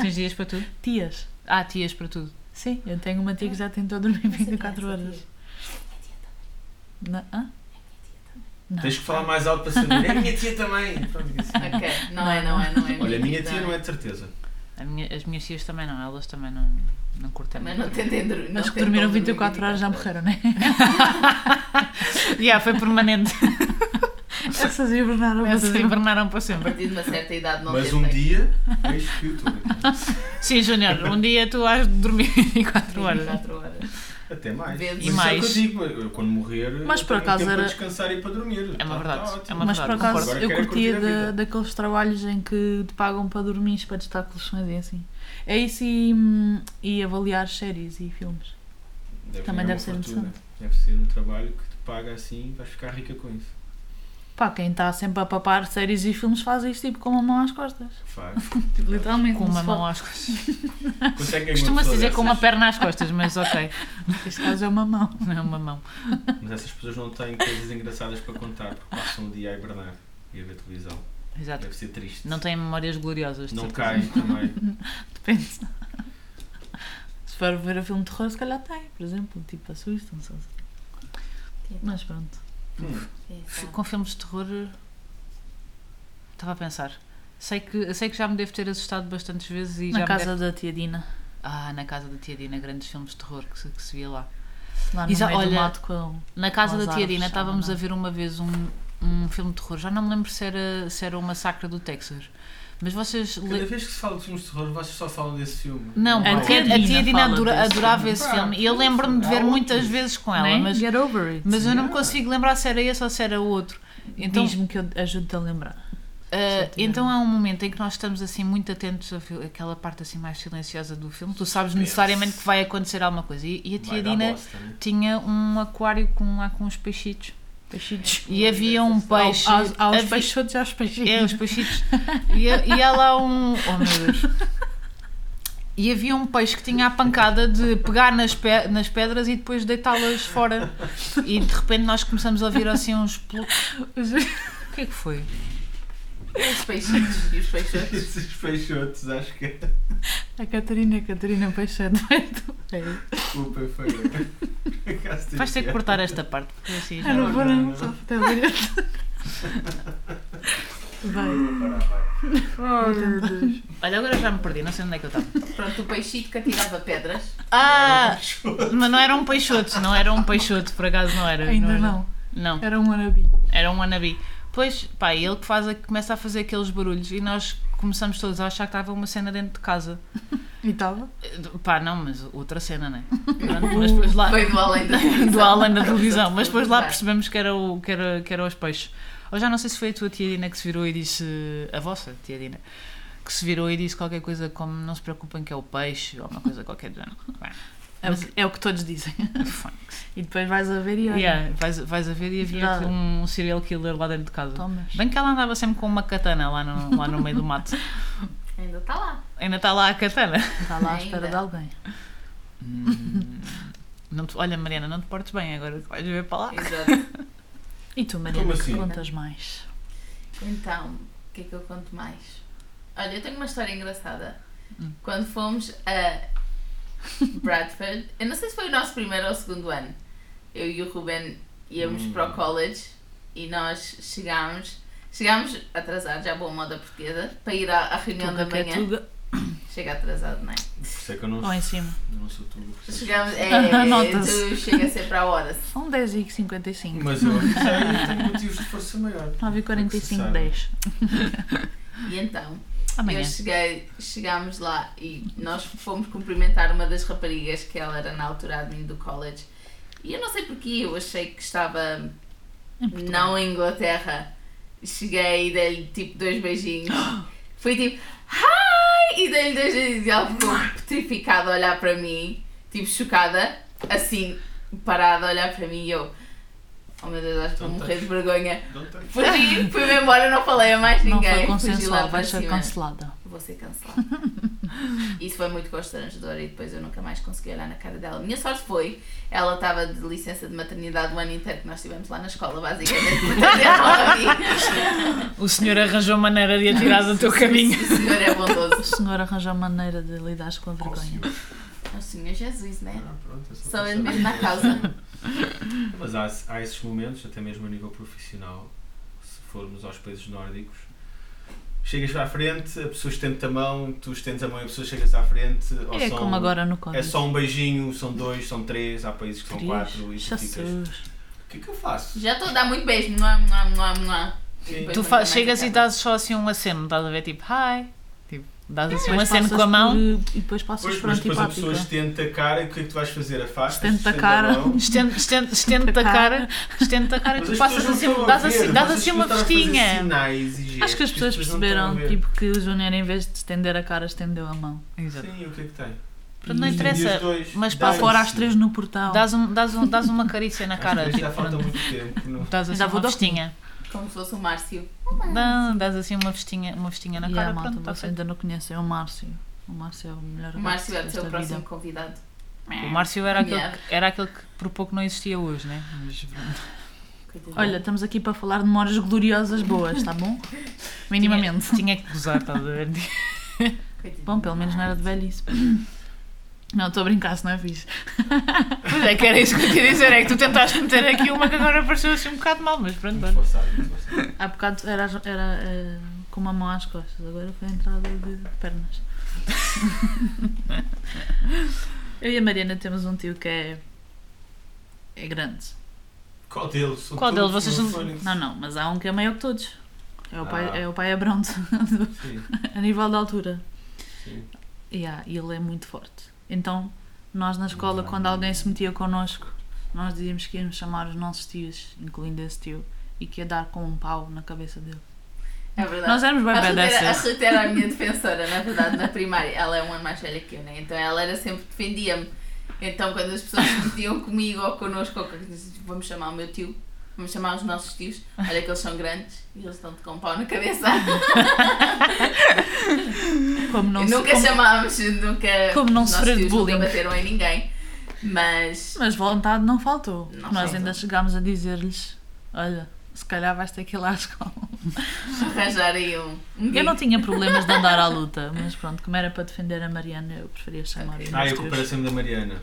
C: Tens dias para tudo?
A: Tias.
C: Ah, tias para tudo.
A: Sim, eu tenho uma tia que já tentou dormir
D: sabia
A: 24
D: dessa
A: horas. Na- hã? Não.
B: Tens que falar mais alto para saber. É a minha tia também. [LAUGHS] Pronto, fica assim.
D: Ok, não é, não é, não é.
B: Olha, a minha
D: vida.
B: tia não é de certeza.
C: A minha- as minhas tias também não, elas também não, não curtem.
D: Também
C: muito. [LAUGHS]
D: não tentem dormir. não
A: As que
D: tentam
A: dormiram
D: dormir
A: 24 horas já morreram, né?
C: Yeah, foi permanente.
A: [LAUGHS] Essas hibernaram
C: Elas
A: vocês.
C: hibernaram para
D: A
C: sempre.
D: partir de uma certa idade não
B: Mas
D: tentem.
B: um dia, vejo que eu estou a brincar.
C: Sim, Júnior, um dia tu has de dormir [LAUGHS] 24 horas.
D: 24 horas.
B: Até mais. Mas
D: Vezes. E
B: isso é o
C: mais.
B: que eu digo, eu quando morrer,
A: Mas
B: eu
A: por
B: tenho
A: acaso
B: tempo
A: era-
B: para descansar e para dormir.
C: É uma
B: Tá-
C: verdade,
B: tá ótimo.
C: é uma
A: Mas por
C: verdade,
A: acaso
B: concordo.
A: eu
B: Agora quero
A: curtia
B: curtir a
A: da-
B: vida.
A: daqueles trabalhos em que te pagam para dormir, para testar coleções e assim. É isso e, hum, e avaliar séries e filmes.
B: Deve
A: Também
B: ganhar
A: deve
B: uma
A: ser
B: fortuna.
A: interessante.
B: Deve ser um trabalho que te paga assim, vais ficar rica com isso.
A: Pá, quem está sempre a papar séries e filmes faz isto tipo com uma mão às costas.
B: Faz.
C: [LAUGHS]
A: Tipo, literalmente.
C: Com
A: não
C: uma
A: se fala.
C: mão às costas.
B: Consegue ganhar uma
C: Costuma-se
B: pessoa
C: dizer com uma
B: dessas.
C: perna às costas, mas ok.
A: Este caso é uma mão. [LAUGHS]
C: Não é uma mão.
B: Mas essas pessoas não têm coisas engraçadas para contar, porque passam o dia a hibernar e a ver televisão.
C: Exato.
B: Deve ser triste.
C: Não têm memórias gloriosas. de
B: Não
C: certeza.
B: caem também.
C: [LAUGHS]
A: Depende. Se for ver o filme de terror, se calhar tem, por exemplo. Tipo, assustam-se. Mas pronto.
B: Hum,
C: F- Com filmes de terror. Estava a pensar. Sei que, sei que já me devo ter assustado bastantes vezes e
A: Na
C: já me
A: casa da tia Dina.
C: deve- Ah, na casa da tia Dina, grandes filmes de terror que se, que se via lá.
A: Lá no
C: E já-
A: meio do
C: olha-
A: mato com ele.
C: Na casa
A: Com as
C: da tia
A: árvores,
C: Dina
A: sabe,
C: estávamos
A: não
C: a
A: é?
C: ver uma vez um, um filme de terror. Já não me lembro se era, se era o Massacre do Texas. Mas vocês. le-
B: Cada vez que se fala de filmes de terror, vocês só falam desse filme.
C: Não,
A: A
B: vai.
C: porque a
A: tia
C: tia Dina,
A: Dina fala
C: adora-
A: desse
C: adorava
B: filme.
C: esse filme. E eu lembro-me de
B: Há
C: ver
B: outros.
C: muitas vezes com ela,
A: Né?
C: mas,
A: Get over it.
C: mas eu não me
B: Yeah.
C: consigo lembrar se era esse ou se era outro. Então,
A: Diz-me que eu ajudo-te a lembrar.
C: ah,
A: Sim, tinha.
C: então há um momento em que nós estamos assim muito atentos a fi- aquela parte assim mais silenciosa do filme. Tu sabes necessariamente que vai acontecer alguma coisa. E, e a tia
B: Vai dar
C: Dina
B: bosta, né?
C: tinha um aquário com, lá com uns peixitos.
A: Peixitos.
C: E havia um peixe.
A: Há, há os
C: havia-
A: peixotos e há os peixinhos.
C: É, os peixitos. E, e há lá um. Oh meu Deus. E havia um peixe que tinha a pancada de pegar nas, pe- nas pedras e depois deitá-las fora. E de repente nós começamos a ouvir assim uns plucos. O que é que foi?
D: Os peixinhos e os peixotes.
B: Esses peixotes, acho que é.
A: [LAUGHS] A Catarina, a Catarina Peixoto. É.
B: Desculpa, foi. eu. Por acaso
C: Vais ter
B: tive
C: que cortar esta parte. Porque assim já
A: Eu não
C: não...
A: vou
B: não,
A: não,
B: não.
A: só até ouvir este. é Vai.
B: Vou parar, vai.
C: Olha, agora já me perdi, não sei onde é que eu estava.
D: Pronto, o peixito que atirava pedras.
A: um
C: Ah! Mas não era um peixoto, não era um peixoto, por acaso não era.
A: Ainda
C: era.
A: não.
C: Não.
A: Era um arabi.
C: Era um wannabe. Pois, pá, e ele que faz, a- começa a fazer aqueles barulhos e nós começamos todos a achar que estava uma cena dentro de casa.
A: E estava?
C: Pá, não, mas outra cena, [LAUGHS] né? Pronto, mas depois lá.
D: Veio do além da
C: [LAUGHS] Do Alan da televisão. Mas depois lá percebemos que era, o, que, era, que era os peixes. Ou já não sei se foi a tua tia Dina que se virou e disse. A vossa tia Dina. que se virou e disse qualquer coisa como não se preocupem que é o peixe ou uma coisa qualquer do género.
A: É, o que, é o que todos [LAUGHS] dizem. E depois vais a ver e olha.
C: Yeah, vais, vais a ver e havia
A: Verdade.
C: um serial killer lá dentro de casa.
A: Tomas.
C: Bem que ela andava sempre com uma katana lá no, lá no meio do mato.
D: Ainda está lá.
C: Ainda está Tá lá a katana.
A: Está lá à espera
D: Ainda.
A: de alguém.
C: Hum, não te- olha, Mariana, não te portes bem agora, vais ver para lá.
D: Exato.
A: E tu, Maria,
B: Como
A: que
B: assim?
A: contas mais?
D: Então, o que é que eu conto mais? Olha, eu tenho uma história engraçada.
C: Hum.
D: Quando fomos a Bradford, eu não sei se foi o nosso primeiro ou segundo ano, eu e o Ruben íamos
B: Hum.
D: para o college e nós chegámos, chegámos atrasados, já boa moda portuguesa, para ir à, à reunião
A: Tuga
D: da
A: que é
D: manhã.
A: tuga.
D: Chega atrasado, não é?
B: Por isso é que eu não,
A: Ou em cima.
B: eu não sou tuga. por isso é que-
D: Chegamos,
A: [LAUGHS]
D: é,
A: Nota-se.
D: tu chega sempre à hora.
A: São 10 e
C: é
A: 55.
B: Mas
A: [LAUGHS]
B: eu sei, eu
C: [LAUGHS]
B: tenho motivos de força maior.
A: 9 e 45, 10.
D: E então,
C: Amanhã.
D: Eu cheguei, chegámos lá e nós fomos cumprimentar uma das raparigas que ela era na altura admin do college. E eu não sei porquê, eu achei que estava
A: Em Portugal.
D: não em Inglaterra. Cheguei e dei-lhe tipo dois
A: [GASPS]
D: beijinhos. Foi tipo, hi! E dei-lhe dois beijinhos e
A: [GASPS]
D: ela ficou petrificada a olhar para mim, tipo chocada, assim, parada a olhar para mim e eu, oh meu Deus, acho que vou
B: Então,
D: morrer de vergonha.
B: Não tenho.
D: Fui, fui-me embora, não falei a mais
A: Não,
D: ninguém.
A: foi
D: fugi
A: consensual,
D: lá para
A: vais ser
D: cima.
A: cancelada.
D: Vou ser cancelada. Isso foi muito constrangedor e depois eu nunca mais consegui olhar na cara dela. Minha sorte foi, ela estava de licença de maternidade o ano inteiro que nós estivemos lá na escola, basicamente. Portanto,
A: [LAUGHS]
D: ela aqui.
C: O senhor arranjou maneira de atirar do teu caminho.
D: O senhor é
A: O
D: bondoso.
A: senhor arranjou maneira de lidar com a vergonha.
D: É O senhor Jesus, né?
B: Ah, pronto, é só
D: Só
B: pensar.
D: ele mesmo na causa.
B: [LAUGHS] Mas há, há esses momentos, até mesmo a nível profissional, se formos aos países nórdicos, chegas à frente, a pessoa estende-te a mão, tu estendes a mão e a pessoa chegas à frente, ou
A: É
B: são-
A: como agora no
B: é
A: Código.
B: só um beijinho, são dois, são três, há países que são
A: Três.
B: quatro e tu ficas.
A: Jesus.
B: O que é que eu faço?
D: Já estou a dar muito beijo. Mua, mua, mua, mua. E
B: Sim.
D: depois
C: Tu
D: nunca
C: fa-
A: é
D: mais
C: chegas e
D: acaba.
C: dás só assim um aceno, estás a ver? Tipo, hi. Tipo, dás assim um
A: Depois
C: aceno com a
A: passas
C: mão,
A: por- E depois passas
B: Pois,
A: por
B: mas depois a pessoa
A: antipática.
B: estende a cara e o que é que tu vais fazer? Afastas?
A: Estende-te a cara. [LAUGHS]
C: estende- estende- estende-te a cara, estende-te a cara e
B: Mas
C: tu
B: as
C: passas
B: pessoas não
C: assim,
B: estão a
C: dás
B: ver,
C: assim,
B: mas
C: dás
B: as
C: assim uma
B: pessoas estão a fazer
C: festinha.
B: sinais e gestos
A: Acho que as pessoas
B: não estão a
A: perceberam
B: ver.
A: tipo, que o Júnior, em vez de estender a cara, estendeu a mão.
C: Exato.
B: Sim, o que é que tem?
C: Pronto, não
A: E-
C: interessa, mas
A: Para
C: Dá-lhe
A: fora às três no portão.
C: Dás, um, dás, um, dás uma carícia na cara,
B: Acho que já
C: tipo,
B: falta um
C: pronto.
B: muito tempo. Não.
C: Dás assim
A: Ainda vou
C: uma
A: dar
C: festinha.
D: Como se fosse o Márcio.
C: Dá- Dás assim uma festinha, uma festinha na
A: e
C: cara,
A: a malta,
C: pronto, está
A: vocês
C: feito.
A: ainda não conhecem o Márcio. O Márcio é o melhor
D: O Márcio
A: gato
D: era o seu
A: desta
D: próximo
A: vida.
D: convidado.
C: O Márcio era aquele,
D: Yeah.
C: que, era aquele que por pouco não existia hoje, né? Mas,
D: Coitadinho.
A: Olha, estamos aqui para falar de memórias gloriosas boas, tá bom? Minimamente.
C: Tinha, tinha que gozar, estás a
A: [LAUGHS]
C: ver?
D: Coitadinho.
A: Bom, pelo menos não era de
C: [COUGHS]
A: velhice. Não, estou a brincar, se não é fixe.
C: [LAUGHS] Pois é, que era isso que eu queria dizer, é que tu tentaste meter aqui uma que agora pareceu assim um bocado mal, mas pronto,
B: Muito forçado, muito forçado.
A: Há bocado era, era eh, com uma mão às costas, agora foi a entrada de
C: [LAUGHS]
A: pernas. Eu e a Mariana temos um tio que é. é grande.
B: Qual deles? São
C: Qual
B: todos
C: deles? Vocês são-
B: monofónicos.
A: Não, não, mas há um que é maior que todos. É o pai,
B: Ah.
A: é o pai Abrão, de-
B: Sim,
A: a nível da altura.
B: sim.
A: E há, e ele é muito forte. Então, nós na
B: Uhum.
A: escola, quando alguém se metia connosco, nós dizíamos que íamos chamar os nossos tios, incluindo esse tio, e que ia dar com um pau na cabeça dele.
D: É verdade.
A: Nós éramos
D: A
A: bem
D: Ruth, era, a
A: dessas.
D: Ruth era a minha defensora, na verdade, na primária. Ela é um ano mais velha que eu, né? Então ela era sempre defendia-me. Então quando as pessoas se metiam comigo ou connosco, ou qualquer coisa, tipo, vamos chamar o meu tio, vamos chamar os nossos tios, olha que eles são grandes e eles estão-te com um pau na cabeça.
A: Como não
D: E
A: se-
D: nunca
A: como-
D: chamámos, nunca.
A: Como não
D: os nossos
A: sofrer de
D: tios nunca
A: bullying.
D: bateram em ninguém. Mas.
A: Mas vontade não faltou.
D: Não
A: nós
D: faltou.
A: ainda chegámos a dizer-lhes: olha, se calhar vais ter que ir lá à
D: [LAUGHS]
A: escola.
D: Arranjar aí um. um
A: Eu não
D: gig.
A: tinha problemas de andar à luta, mas pronto, como era para defender a Mariana, eu preferia chamar os
B: Ah,
A: meus
B: eu
A: tios.
B: comprei sempre da Mariana.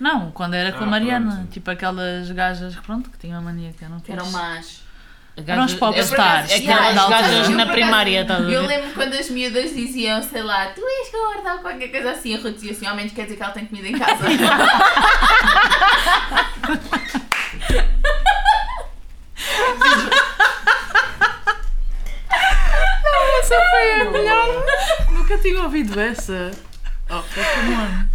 A: Não, quando era com
B: Ah,
A: a Mariana,
B: pronto.
A: tipo aquelas gajas que, pronto, que tinham a mania que eram
D: Que eram
A: [LAUGHS]
D: más.
A: Eram os
D: Eu, por
A: popstars.
D: acaso,
A: É
D: yeah,
A: aquelas
D: eu,
A: gajas
D: eu,
A: na
D: por acaso,
C: primária, estás a ver?
D: Eu lembro quando as miúdas diziam, sei lá, tu és gorda ou qualquer coisa assim. A Ruth dizia assim, ao menos quer dizer que ela tem comida em casa.
A: [LAUGHS] Essa foi a melhor. Nunca tinha ouvido essa. Oh, foi como ano.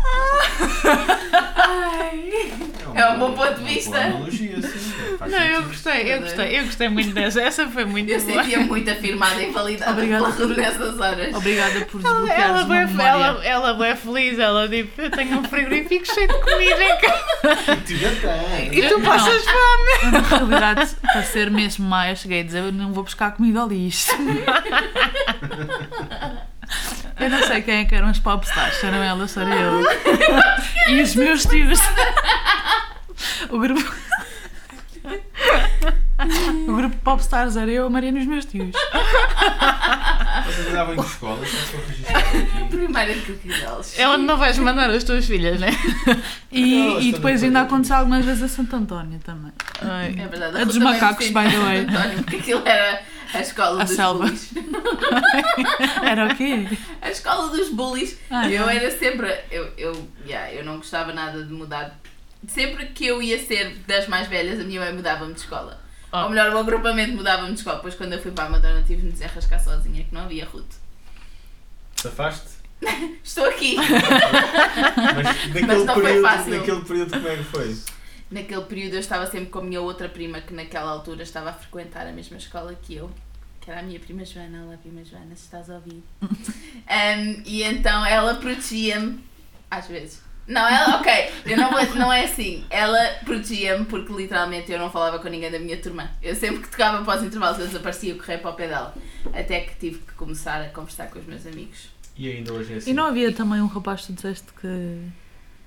D: É um
B: uma
D: bom
B: boa-
D: ponto de
B: uma
D: vista.
B: Boa analogia, sim. Faz
C: Não, eu
B: sentido.
C: gostei, eu gostei, eu gostei muito dessa. Essa foi muito
D: Eu
C: boa.
D: sentia muito afirmada e validada
A: Obrigada.
D: pela Ruth nessas horas.
A: Obrigada por
C: Ela,
A: desbloquear
C: ela,
A: uma
C: bué-
A: memória.
C: ela, ela bué feliz, ela tipo, eu tenho um frigorífico cheio de comida em casa
B: Tibetano.
C: e tu passas fome.
A: Eu, Na realidade, para ser mesmo mais, cheguei a dizer: eu não vou buscar comida ao lixo. Eu não sei quem é que eram as popstars, se eram elas, se era eu. E os meus tios. O grupo. [LAUGHS] O grupo de popstars era eu, a Mariana e os meus tios.
B: Vocês andavam em que escola? Só se eu registrar aqui.
D: Primeira de coquidelos.
C: É onde não vais mandar as tuas filhas, né?
A: E, e
B: Elas
A: depois
B: também
A: ainda
B: foram.
A: aconteceu algumas vezes a Santo António também.
C: Ai.
D: É verdade.
A: A dos macacos, by the way.
D: [LAUGHS] António, porque aquilo era a escola
A: A
D: dos
A: selva.
D: bullies.
A: É, Era o quê?
D: A escola dos bullies.
A: Ah,
D: eu
A: não.
D: era sempre. Eu, eu, yeah, eu não gostava nada de mudar. Sempre que eu ia ser das mais velhas, a minha mãe mudava-me de escola.
C: Ah.
D: Ou melhor, o agrupamento mudava-me de escola. Depois, quando eu fui para a Madonna, tive de me desenrascar sozinha, que não havia Ruth.
B: Safaste?
D: Estou aqui!
B: Mas naquele,
D: Mas não foi
B: período,
D: fácil.
B: naquele período como é que foi?
D: Naquele período, eu estava sempre com a minha outra prima, que naquela altura estava a frequentar a mesma escola que eu, que era a minha prima Joana. Olá, prima Joana, se estás a
C: [LAUGHS]
D: ouvir. Um, e então ela protegia-me, às vezes. Não, ela, ok, eu não, vou- não é assim. Ela protegia-me porque literalmente eu não falava com ninguém da minha turma. Eu sempre que tocava para os intervalos, eu desaparecia e corria para o pé dela. Até que tive que começar a conversar com os meus amigos.
B: E ainda hoje é assim.
A: E não havia também um rapaz que tu disseste que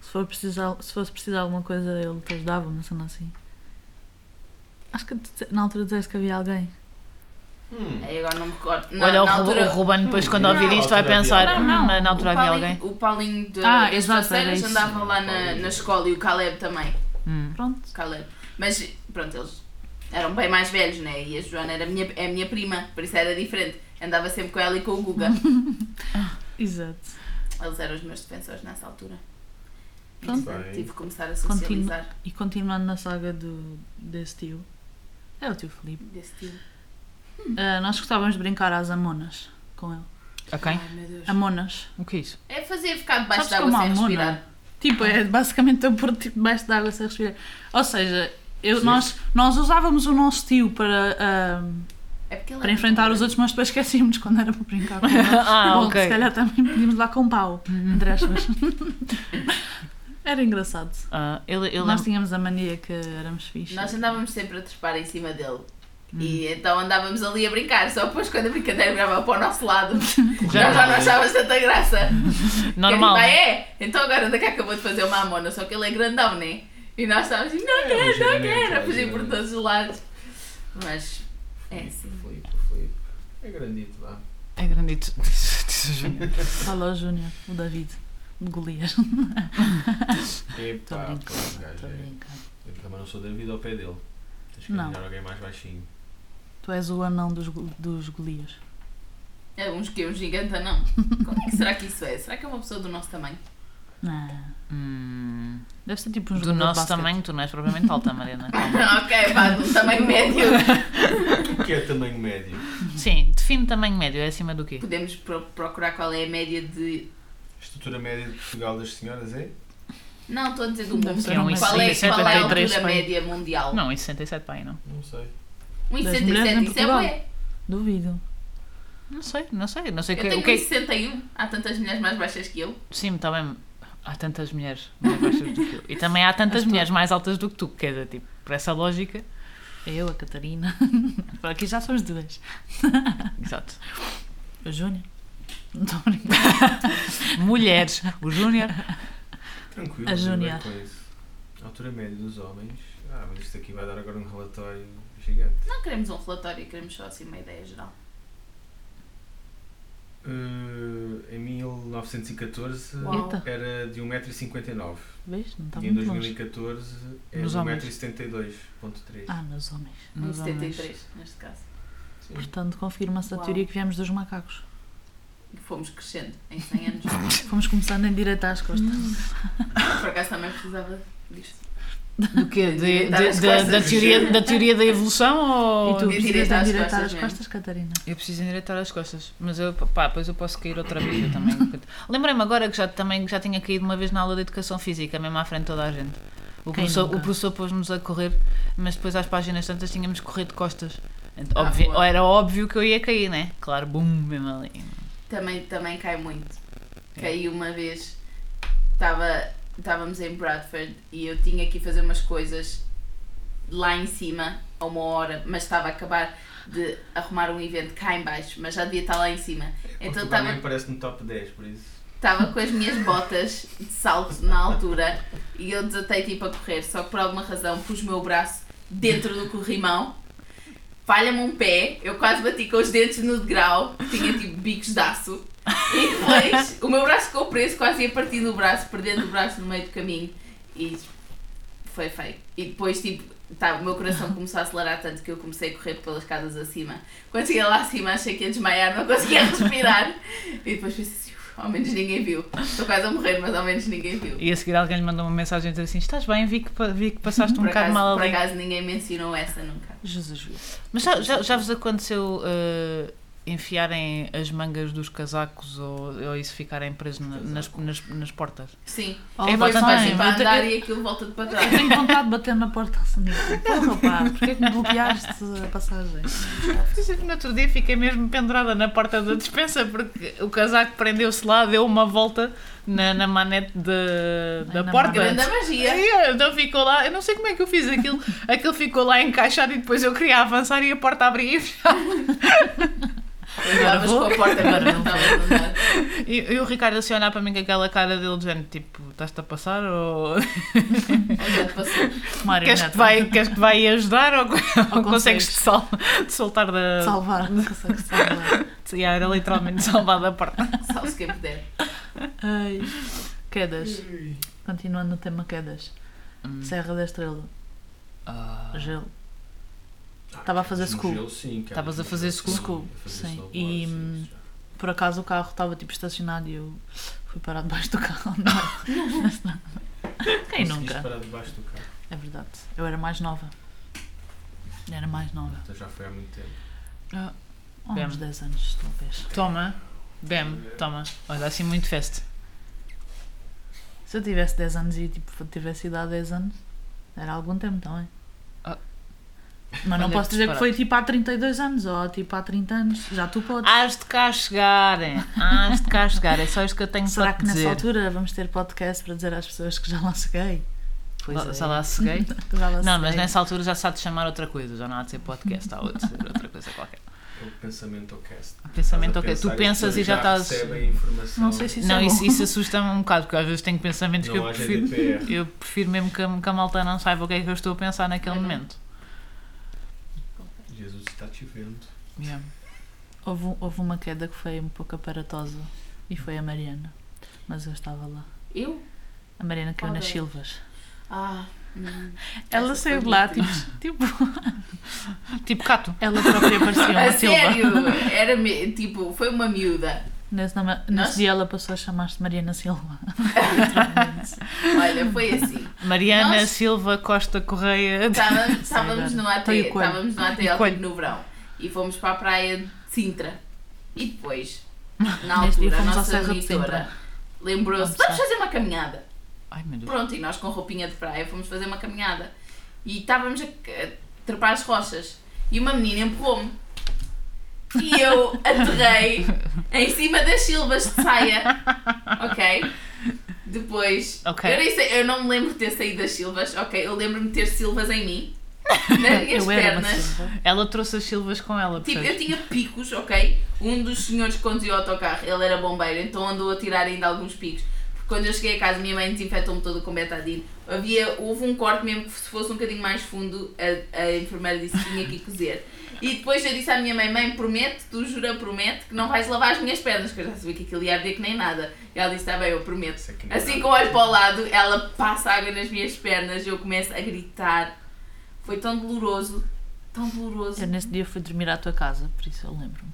A: se, for precisar, se fosse precisar alguma coisa ele te ajudava, mas não assim. Acho que tu disse- na altura disseste que havia alguém.
B: Hum.
D: Aí agora não me recordo. Na-
C: Olha, o,
D: na
C: Ru-
D: altura-
C: o Ruben depois
B: Hum,
C: quando
B: não,
C: ouvir
B: na
C: isto vai
B: altura
C: pensar,
B: havia-
C: "Hum,
D: Não,
C: na altura
D: o
C: havia
D: Paulinho-
C: alguém.
D: O Paulinho de,
A: Ah,
D: das
A: exato, era
D: Faceiras
A: isso.
D: andava lá na,
B: Paulinho.
D: na escola e o Caleb também.
C: Hum.
A: Pronto.
D: O Caleb. Mas pronto, eles eram bem mais velhos, né? E a Joana era a minha, é a minha prima, por isso era diferente. Andava sempre com ela e com
A: [LAUGHS]
D: o Guga.
A: Exato.
D: Eles eram os meus defensores nessa altura. E,
A: Pronto.
D: portanto, tive que começar a
A: Continua.
D: socializar
A: E continuando na saga do, desse tio, é o tio Filipe.
D: desse tipo.
A: Ah, nós gostávamos de brincar às amonas com ele.
C: Ok?
D: Ai meu Deus.
A: Amonas.
C: O que é isso?
D: É fazer ficar debaixo de
A: Sabes
D: água
A: como
D: sem
A: a Mona?
D: respirar.
A: Tipo, é basicamente eu pôr tipo debaixo d'água sem respirar. Ou seja, eu-
B: Sim.
A: nós, nós usávamos o nosso tio para, ah,
D: É porque ela
A: para
D: é
A: enfrentar
D: muito
A: os
D: grande.
A: outros, mas depois esquecíamos quando era para brincar
C: [LAUGHS]
A: com ele.
C: [LAUGHS] Ah,
A: Bom,
C: ok. Uhum.
A: se calhar também podíamos lá com um pau, entre aspas. [LAUGHS] Era engraçado.
C: Ah, eu, eu
A: Nós
C: lembro-
A: tínhamos a mania que éramos fixe.
D: Nós andávamos sempre a trepar em cima dele.
C: hum,
A: Hum.
D: E então andávamos ali a brincar, só depois quando a brincadeira virava para o nosso
A: [LAUGHS]
D: lado, já, já não achavas tanta graça.
C: normal. né?
D: Que ele, "Ah, é? Então agora anda cá acabou de fazer uma amona, só que ele é grandão, né? E nós estávamos assim, não
B: É,
D: quero, não
B: ligeiramente,
D: quero, a fugir por
B: ligeiramente.
D: todos os lados. Mas é assim.
B: Filipe, Filipe. É grandito, vá.
C: É grandito. [LAUGHS]
A: Fala ao Júnior, o David, de Golias. Estou a
B: Epá,
A: brincar.
B: pá, o gajo
A: Estou a
B: é.
A: brincar.
B: Eu também não sou da vida ao pé dele. Tens que
A: Não.
B: arranjar alguém mais baixinho.
A: Tu és o anão dos, go- dos Golias.
D: É uns que é um gigante, não? Como é que será que isso é? Será que é uma pessoa do nosso tamanho? [LAUGHS]
A: Não.
C: Hum,
A: Deve ser tipo um
C: do
A: jogador de
C: nosso
A: basquete.
C: tamanho, tu não és propriamente alta, Mariana.
D: ok, vá, do tamanho médio.
B: O que é tamanho médio?
C: Sim, define tamanho médio, é acima do quê?
D: Podemos pro- procurar qual é a média de.
B: A estrutura média de Portugal das senhoras é?
D: Não, estou a dizer do
A: Deve
D: mundo.
A: ser um
D: Qual é, qual é a
C: 1,53,
D: altura
C: pai.
D: média mundial?
C: Não, em 67 pai, não.
B: Não sei.
D: 1,67,
A: Das mulheres em
D: isso é
A: Portugal.
D: bué.
A: Duvido.
C: Não sei, não sei, não sei
D: Eu
C: o que,
D: tenho
C: o que é.
D: 1,61. Há tantas mulheres mais baixas que eu.
C: Sim, está bem. Há tantas mulheres mais baixas do que eu. E também há tantas mulheres mais altas do que tu, quer dizer, tipo, por essa lógica.
A: Eu, a Catarina. [LAUGHS] Por aqui já somos duas.
C: Exato.
A: O Júnior. [LAUGHS] Não estou a brincar.
C: Mulheres, o Júnior.
B: Tranquilo.
A: A
B: eu
A: Júnior.
B: brinco com isso. A altura média dos homens. Ah, mas isto aqui vai dar agora um relatório gigante.
D: Não queremos um relatório, queremos só assim uma ideia geral.
B: Uh, em 1914
D: Uau.
A: Eita.
B: era de 1,59m.
A: Vês? Não está
B: e em
A: muito longe.
B: 2014 é de
C: Nos homens.
B: 1,72m.3.
A: Ah, nos homens.
C: Nos homens.
D: 1,73 neste caso.
B: Sim.
A: Portanto, confirma-se a
D: Uau.
A: teoria que viemos dos macacos.
D: E fomos crescendo em 100 anos.
A: Fomos começando em direita às costas.
D: Por acaso também precisava disto.
C: Do quê? De- de-
D: Deitar as
C: de- da- da,
D: costas.
C: teoria, da teoria da evolução
A: E
C: ou.
A: tu
D: Direitar
A: precisas de
D: as
A: endireitar
D: costas
A: as
D: mesmo.
A: costas, Catarina.
C: Eu preciso endireitar as costas, mas eu, pá, depois eu posso cair outra vez eu
D: [COUGHS]
C: também. Lembrei-me agora que já, também, já tinha caído uma vez na aula de educação física, mesmo à frente de toda a gente. O
A: Quem
C: professor,
A: nunca?
C: o professor pôs-nos a correr, mas depois às páginas tantas tínhamos que correr de costas. Então,
D: Ah,
C: óbvio-
D: boa.
C: era óbvio que eu ia cair, né? Claro, bum, mesmo ali.
D: Também, também cai muito.
C: É.
D: Caí uma vez, estava, estávamos em Bradford e eu tinha que ir fazer umas coisas lá em cima a uma hora, mas estava a acabar de arrumar um evento cá em baixo, mas já devia estar lá em cima. Então
B: Portugal
D: estava
B: nem aparece no top 10, por isso.
D: Estava com as minhas botas de salto na altura e eu desatei tipo a correr, só que por alguma razão pus o meu braço dentro do corrimão, falha-me um pé, eu quase bati com os dentes no degrau, que tinha tipo bicos de aço, e depois o meu braço ficou preso, quase ia partindo o braço, perdendo o braço no meio do caminho e foi feio. E depois tipo, tá, o meu coração começou a acelerar tanto que eu comecei a correr pelas casas acima. Quando cheguei lá acima achei que ia desmaiar, não conseguia [LAUGHS] respirar. E depois pensei assim, "Uf, ao menos ninguém viu. Estou quase a morrer, mas ao menos ninguém viu.
C: E a seguir alguém lhe mandou uma mensagem a dizer assim: Estás bem? Vi que, pa- vi que
D: [LAUGHS]
C: passaste um
D: por,
C: bocado
D: acaso,
C: mal
D: por
C: ali.
D: acaso ninguém mencionou essa nunca.
A: Jesus.
C: Mas já, já, já vos aconteceu eh, enfiarem as mangas dos casacos ou, ou isso ficarem preso na- nas, nas, nas portas?
D: Sim.
A: Oh,
C: É
D: Depois
C: bastante
D: fazem
C: bem.
D: para
C: Eu te-
D: andar
C: eu-
D: e aquilo volta de para
A: Eu [LAUGHS]
D: trás.
A: tenho vontade de bater na porta assim. tipo, Porra, pá, porquê é que me bloqueaste a passagem?
C: No outro dia fiquei mesmo pendurada na porta da dispensa porque o casaco prendeu-se lá, deu uma volta na, na manete de- da
A: Ai, na
C: porta.
D: Grande magia.
C: E, então ficou lá, eu não sei como é que eu fiz aquilo, aquilo ficou lá encaixado e depois eu queria avançar e a
A: [LAUGHS]
C: porta abria e fechava.
D: Andavas com a porta agora não estavas a andar.
C: E, e o Ricardo assim a olhar para mim com aquela cara dele do género, tipo, estás-te a passar ou
A: [LAUGHS]
D: Olha, passou.
C: queres que, vai, queres que vai ajudar ou, ou
A: consegues.
C: consegues te sol- te soltar da...
A: Salvar, não consegue salvar.
C: Yeah, era literalmente salvar da porta.
D: Salve-se quem puder.
A: Ai. Quedas. Continuando no tema quedas. Serra da Estrela. Gelo. Estava a fazer
B: Ah, No
A: school.
B: gelo, sim, cara.
C: Estavas a fazer school.
A: School,
B: A fazer
A: sim.
B: snowboard,
A: E,
B: sim,
A: hum,
B: já.
A: Por acaso o carro estava tipo estacionado e eu fui parar debaixo do carro. [LAUGHS] Não. Quem
B: Conseguiste
A: nunca?
B: parar debaixo do carro.
A: É verdade. Eu era mais nova. Era mais nova.
B: Então já foi há muito tempo.
A: Há uns
C: Bem.
A: 10 anos, talvez.
C: Toma. Bem, toma. Olha, assim muito fest.
A: Se eu tivesse 10 anos e tipo, tivesse ido há 10 anos, era há algum tempo também.
C: Ah.
A: Mas não
C: Olha,
A: posso dizer que
C: disparate. Ah,
A: foi tipo há 32 anos ou tipo há 30 anos. Já tu podes.
C: Hás de cá chegar, hás de cá chegar. É só isto que eu tenho
A: Será
C: para
A: que
C: te
A: nessa
C: dizer.
A: altura vamos ter podcast para dizer às pessoas que já lá cheguei? é.
C: Lá- Já lá
A: [LAUGHS]
C: cheguei?
A: Já lá
C: Não, mas
A: cheguei.
C: nessa altura já se há de chamar outra coisa. Já não há de ser podcast, há
A: [LAUGHS]
C: de ser outra coisa qualquer.
B: É o pensamento ao cast.
C: Pensamento, ok.
B: Estás a pensar
C: Tu pensas e já estás.
B: Recebe a informação.
A: Não sei se isso
C: Não,
A: é
C: isso,
A: bom.
C: isso assusta-me um bocado, porque às vezes tenho pensamentos que
B: Não
C: eu
B: há
C: prefiro.
B: GDPR.
C: Eu prefiro mesmo que a, que a malta não saiba o que é que eu estou a pensar naquele
D: Uhum.
C: momento.
B: Jesus está te vendo.
C: Yeah.
A: Houve, um- houve uma queda que foi um pouco aparatosa e foi a Mariana. Mas eu estava lá.
D: Eu?
A: A Mariana caiu nas
D: Ok.
A: Silvas.
D: Ah. hum.
A: Ela
D: Essa
A: saiu de
D: foi
A: lá,
D: muito
A: tipo, tipo,
C: Tipo Cato.
A: ela própria parecia uma
D: [LAUGHS] [LAUGHS] A
A: Silva.
D: sério, era me- tipo, foi uma miúda.
A: Nesse, nome- nesse
D: Nós-
A: dia ela passou a chamar-se Mariana
D: [LAUGHS]
A: Silva.
D: Olha, foi assim.
C: Mariana
D: Nós-
C: Silva Costa Correia.
D: Estava-
A: [LAUGHS]
D: Estávamos no
A: Tá
D: AT,
A: e o coelho.
D: estávamos no
C: E o
D: ATL
C: coelho.
D: tipo, no verão e fomos para a praia de Sintra. E depois,
A: [LAUGHS]
D: na
A: Neste dia
D: altura, a
A: fomos à
D: nossa
A: Serra de Sintra.
D: monitora lembrou-se:
A: Vamos lá.
D: vamos fazer uma caminhada.
C: Ai meu Deus.
D: Pronto, e nós com roupinha de praia fomos fazer uma caminhada. E estávamos a, a trepar as rochas. E uma menina empurrou-me. E eu aterrei em cima das silvas de saia. Ok? Depois.
C: Ok.
D: Eu, nem sei- eu não me lembro de ter saído das silvas. Ok? Eu lembro-me de ter silvas em mim. Nas minhas
A: Eu era uma
D: pernas.
A: Silva.
C: Ela trouxe as Silvas com ela,
D: Tipo,
C: percebes?
D: eu tinha picos, ok? Um dos senhores que conduzia o autocarro, ele era bombeiro, então andou a tirar ainda alguns picos. Porque quando eu cheguei a casa, minha mãe desinfetou-me todo com betadine. Havia, houve um corte mesmo que se fosse um bocadinho mais fundo, a, a enfermeira disse que tinha que ir cozer. E depois eu disse à minha mãe, mãe, promete, tu jura, promete que não vais lavar as minhas pernas, que eu já sabia que aquilo ia arder que nem nada. E ela disse, tá bem, eu prometo.
B: Isso é que nem
D: Assim
B: nada.
D: que eu olho para o lado, ela passa água nas minhas pernas, eu começo a gritar. Foi tão doloroso, tão doloroso.
A: Eu nesse dia fui dormir à tua casa, por isso eu lembro-me.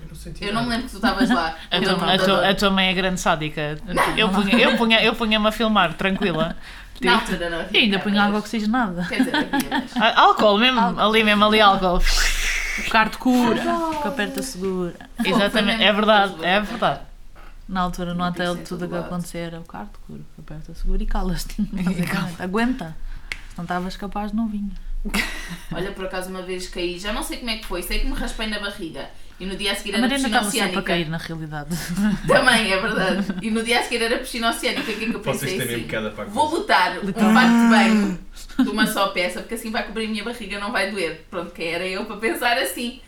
B: Eu não senti
D: Eu não me
B: nada.
D: lembro que tu
A: [LAUGHS]
D: estavas lá.
C: A
D: Eu
A: Então,
C: tua,
D: não
C: a,
A: é
D: tava
C: tua,
D: lá.
C: a tua mãe é grande sádica. Eu punha- Eu punha-me eu punha eu punha-me a filmar, tranquila.
D: Na altura não
A: E
D: havia.
A: tipo ainda punha
D: câmaras.
A: água
D: [LAUGHS]
A: oxigenada.
D: Quer dizer, havia, mas.
A: [LAUGHS]
C: Ah, Álcool mesmo,
A: Álcool.
C: ali mesmo, ali álcool.
A: O carro cura, com a perta segura.
C: Exatamente, é verdade, é verdade.
A: Na altura, no
D: Não tem que
A: hotel,
D: ser
A: tudo o
D: todo
A: que
D: lado.
A: acontecer era o carro cura, com a perta segura e [LAUGHS] calas-te. basicamente. Aguenta. Se não estavas capaz, não vinha.
D: Olha, por acaso uma vez caí, já não sei como é que foi, sei que me raspei na barriga. E no dia a seguir
A: A
D: era
A: Mariana
D: piscina
A: estava sempre a
D: oceânica.
A: cair, na realidade.
D: Também, é verdade. E no dia a seguir era piscina oceânica. O que é que eu
B: Vocês
D: pensei
B: têm mesmo
D: assim?
B: cada parte.
D: Vou botar um fato
A: [LAUGHS]
D: de banho de uma só peça, porque assim vai cobrir a minha barriga, não vai doer. Pronto, quem era eu para pensar assim?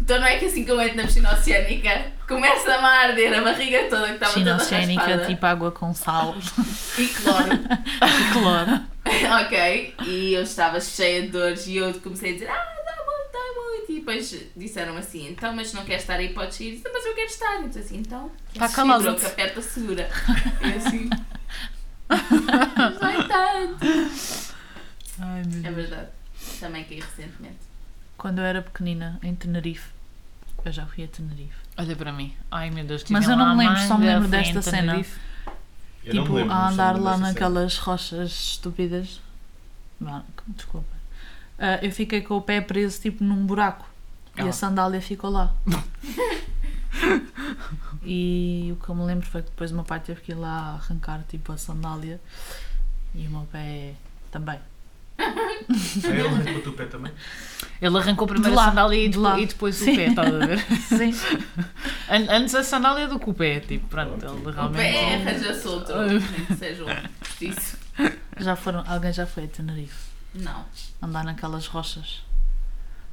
D: Então não é que assim que eu entro na piscina oceânica, começa-me a arder a barriga toda que estava
A: [LAUGHS] Piscina
D: toda
A: oceânica,
D: raspada.
A: tipo água com sal
D: E cloro.
A: e cloro.
D: ok, e eu estava cheia de dores e eu comecei a dizer, ah, dá muito, dá muito. E depois disseram assim, então, mas não queres estar aí, podes ir. Eu disse, Mas eu quero estar. Eu disse assim, então,
A: Tá calado.
D: segura, que aperta, segura. E assim, "Mas vai tanto.
A: Ai, meu
D: [LAUGHS] É
A: Deus.
D: verdade, também caí recentemente.
A: Quando eu era pequenina, em Tenerife, eu já fui a Tenerife.
C: Olha para mim. Ai meu Deus,
A: Mas
C: tive
A: eu não
C: lá
A: me
C: a
A: lembro,
C: mãe
A: só me
C: da
A: lembro desta
C: Fernanda
A: cena.
C: Diff.
B: Eu não me
A: tipo,
B: lembro,
A: a
B: mas só me
A: andar
B: lembro
A: lá
B: dessa
A: naquelas rochas estúpidas. Vá, Desculpa. Ah, eu fiquei com o pé preso tipo num buraco. E
C: Ah.
A: a sandália ficou
B: [LAUGHS]
A: lá. e o que eu me lembro foi que depois o meu pai teve que ir lá arrancar tipo a sandália e o meu pé também.
D: [LAUGHS]
B: cena. Ah, Ela arrancou o teu pé também.
C: Ele arrancou primeiro
A: De lá,
C: a sandália e,
A: de lá.
C: e depois
A: Sim.
C: o pé, estás a ver?
A: Sim.
C: An- antes a sandália do que o pé, tipo, pronto, ele
D: O pé
C: realmente.
D: arranja-se outro, nem que seja um justiça.
A: [LAUGHS] Já foram, alguém já foi a Tenerife
D: Não.
A: andar naquelas rochas.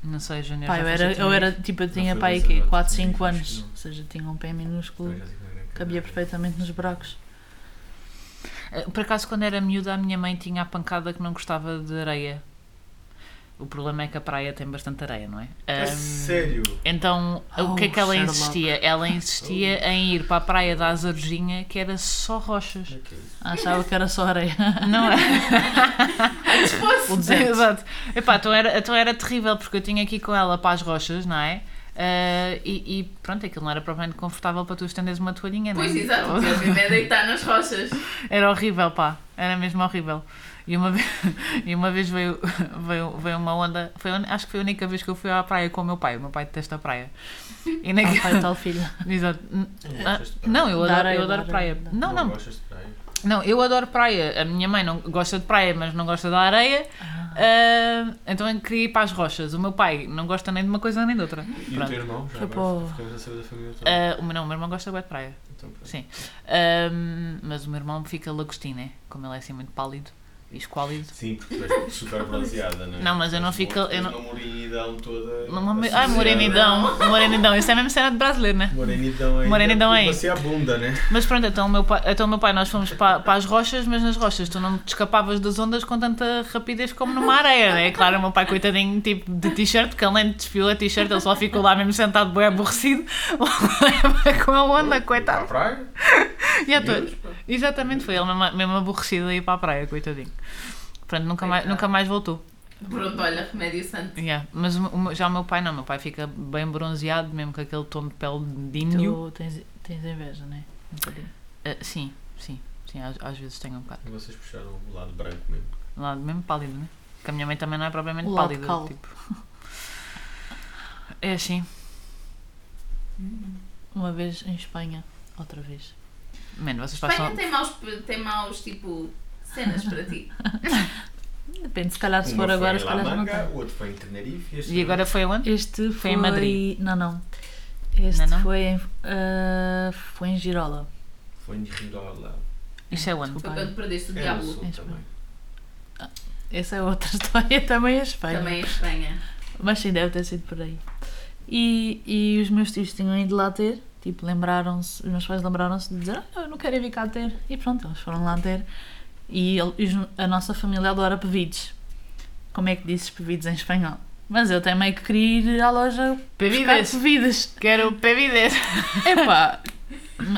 C: Não sei, Júnior.
A: Pá,
C: já
A: eu
C: fez
A: era,
C: outra
A: eu
C: vez.
A: era tipo, eu tinha
B: foi
A: pai
B: dois
A: aqui
B: anos,
A: 4,
B: sim,
A: 5
B: acho
A: anos,
B: que não.
A: ou seja, tinha um pé minúsculo,
B: Eu já sei como é que é.
A: cabia perfeitamente nos buracos.
C: Eh, Por acaso, quando era miúda, a minha mãe tinha a pancada que não gostava de areia. O problema é que a praia tem bastante areia, não é?
B: A
C: Ahm,
B: sério?
C: Então, o que é
A: Oh,
C: que ela
A: Sherlock.
C: insistia? Ela
B: [LAUGHS]
C: insistia em ir para a praia da Azarjinha, que era só rochas.
B: Como é que é isso?
A: Ah, Achava que era só areia.
B: [LAUGHS]
C: Não é?
A: [LAUGHS]
D: Se fosse,
A: O deserto.
C: [LAUGHS] Exato. Epá, então era, então era terrível, porque eu tinha aqui com ela para as rochas, não é? Ah, e, e pronto, aquilo não era propriamente confortável para tu estenderes uma toalhinha, não é?
D: pois exato, o teu medo é deitar nas rochas.
C: Era horrível, pá. Era mesmo horrível. E uma vez, [LAUGHS] e uma vez veio, [LAUGHS] veio, veio uma onda. Foi, a un- acho que foi a única vez que eu fui à praia com o meu pai. O meu pai detesta a praia. E
A: Tal
C: naquela.
A: Ah, pai, tal filho.
C: [LAUGHS] Exato. N-
B: Não gostas
C: ah,
B: de praia?
C: Não, eu
A: Dá
C: adoro,
A: areia,
C: eu
A: dá
C: adoro
A: areia,
C: praia.
A: dá.
C: Não, não.
B: gostas de praia?
C: Não, eu adoro praia. A minha mãe não gosta de praia, mas não gosta da areia. Ah, então eu queria ir para as rochas. O meu pai não gosta nem de uma coisa nem de outra.
B: E o
C: Pronto.
B: teu irmão? Já
A: Foi
B: agora
A: para o-
B: ficamos a saber da família toda.
C: Ah, o meu, não, o meu irmão gosta bué de praia.
B: Então, pronto.
C: Sim. Ahm, mas o meu irmão fica lagostinho, né? Como ele é assim muito pálido e esquálido.
B: Sim, porque tu és super bronzeada, não é?
C: Não, mas eu não
B: Tens
C: fico-
B: uma-
C: eu
B: tens
C: não-
B: Uma morenidão toda. assim, é,
C: Uma me-
B: associada.
C: Ai, morenidão, morenidão, isso é mesmo cena de brasileiro, né?
B: Morenidão ainda.
C: Morenidão ainda.
B: Você é a bunda, né?
C: Mas pronto, então o meu pai, então o meu pai nós fomos para, para as rochas, mas nas rochas tu não te escapavas das ondas com tanta rapidez como numa areia, né? Claro, o meu pai, coitadinho, tipo de t-shirt, que além de desfiou a t-shirt, ele só ficou lá mesmo sentado, bem aborrecido, [LAUGHS] com a onda, coitado.
B: Para a praia?
C: E à toa- Exatamente, foi ele mesmo, mesmo aborrecido aí para a praia, coitadinho. Pronto, nunca mais, nunca mais voltou.
D: Pronto, olha, remédio santo.
C: Yeah, Mas o- o meu- já o meu pai não, o meu pai fica bem bronzeado, mesmo com aquele tom de pele de
A: Tu
C: índio.
A: tens, tens inveja, não é? Um bocadinho.
C: Ah, sim, sim, sim, às, às vezes tenho um bocado.
B: Vocês puxaram o lado branco mesmo.
C: Lado mesmo pálido, né? Porque a minha mãe também não é propriamente
A: O lado
C: pálida.
A: calo.
C: Tipo. [LAUGHS] É assim,
A: Uma vez em Espanha, outra vez.
C: mano, vocês
D: Espanha
C: passam.
D: tem maus, tem maus, tipo, cenas para
C: [LAUGHS]
D: ti.
A: Depende, se calhar se
B: Uma
A: for
B: foi
A: agora,
B: em
A: se calhar já não
B: Lamanga,
A: tem.
B: O outro foi em Tenerife. este
C: E agora foi onde?
A: Este
C: Foi
A: foi,
C: em Madrid.
A: Não, não. é Este
C: Não, não?
A: foi em. ah, foi em Girola.
B: Foi em Rirola.
C: Isto é onde?
A: desculpa.
D: Foi quando perdeste o
B: É no
D: diabo.
B: sul também.
A: Essa é outra [LAUGHS] história, também é Espanha.
D: Também em Espanha.
C: [LAUGHS]
A: Mas sim, deve ter sido por aí. E, e os meus tios tinham ido lá ter, tipo, lembraram-se, os meus pais lembraram-se de dizer, ah, eu não quero ir vir cá ter. E pronto, eles foram lá ter. E ele- e os- a nossa família adora pevides. Como é que dizes pevides em espanhol? Mas eu também que queria ir à loja buscar
C: Bebidas!
A: pevides.
C: Quero bebidas!
A: Epá!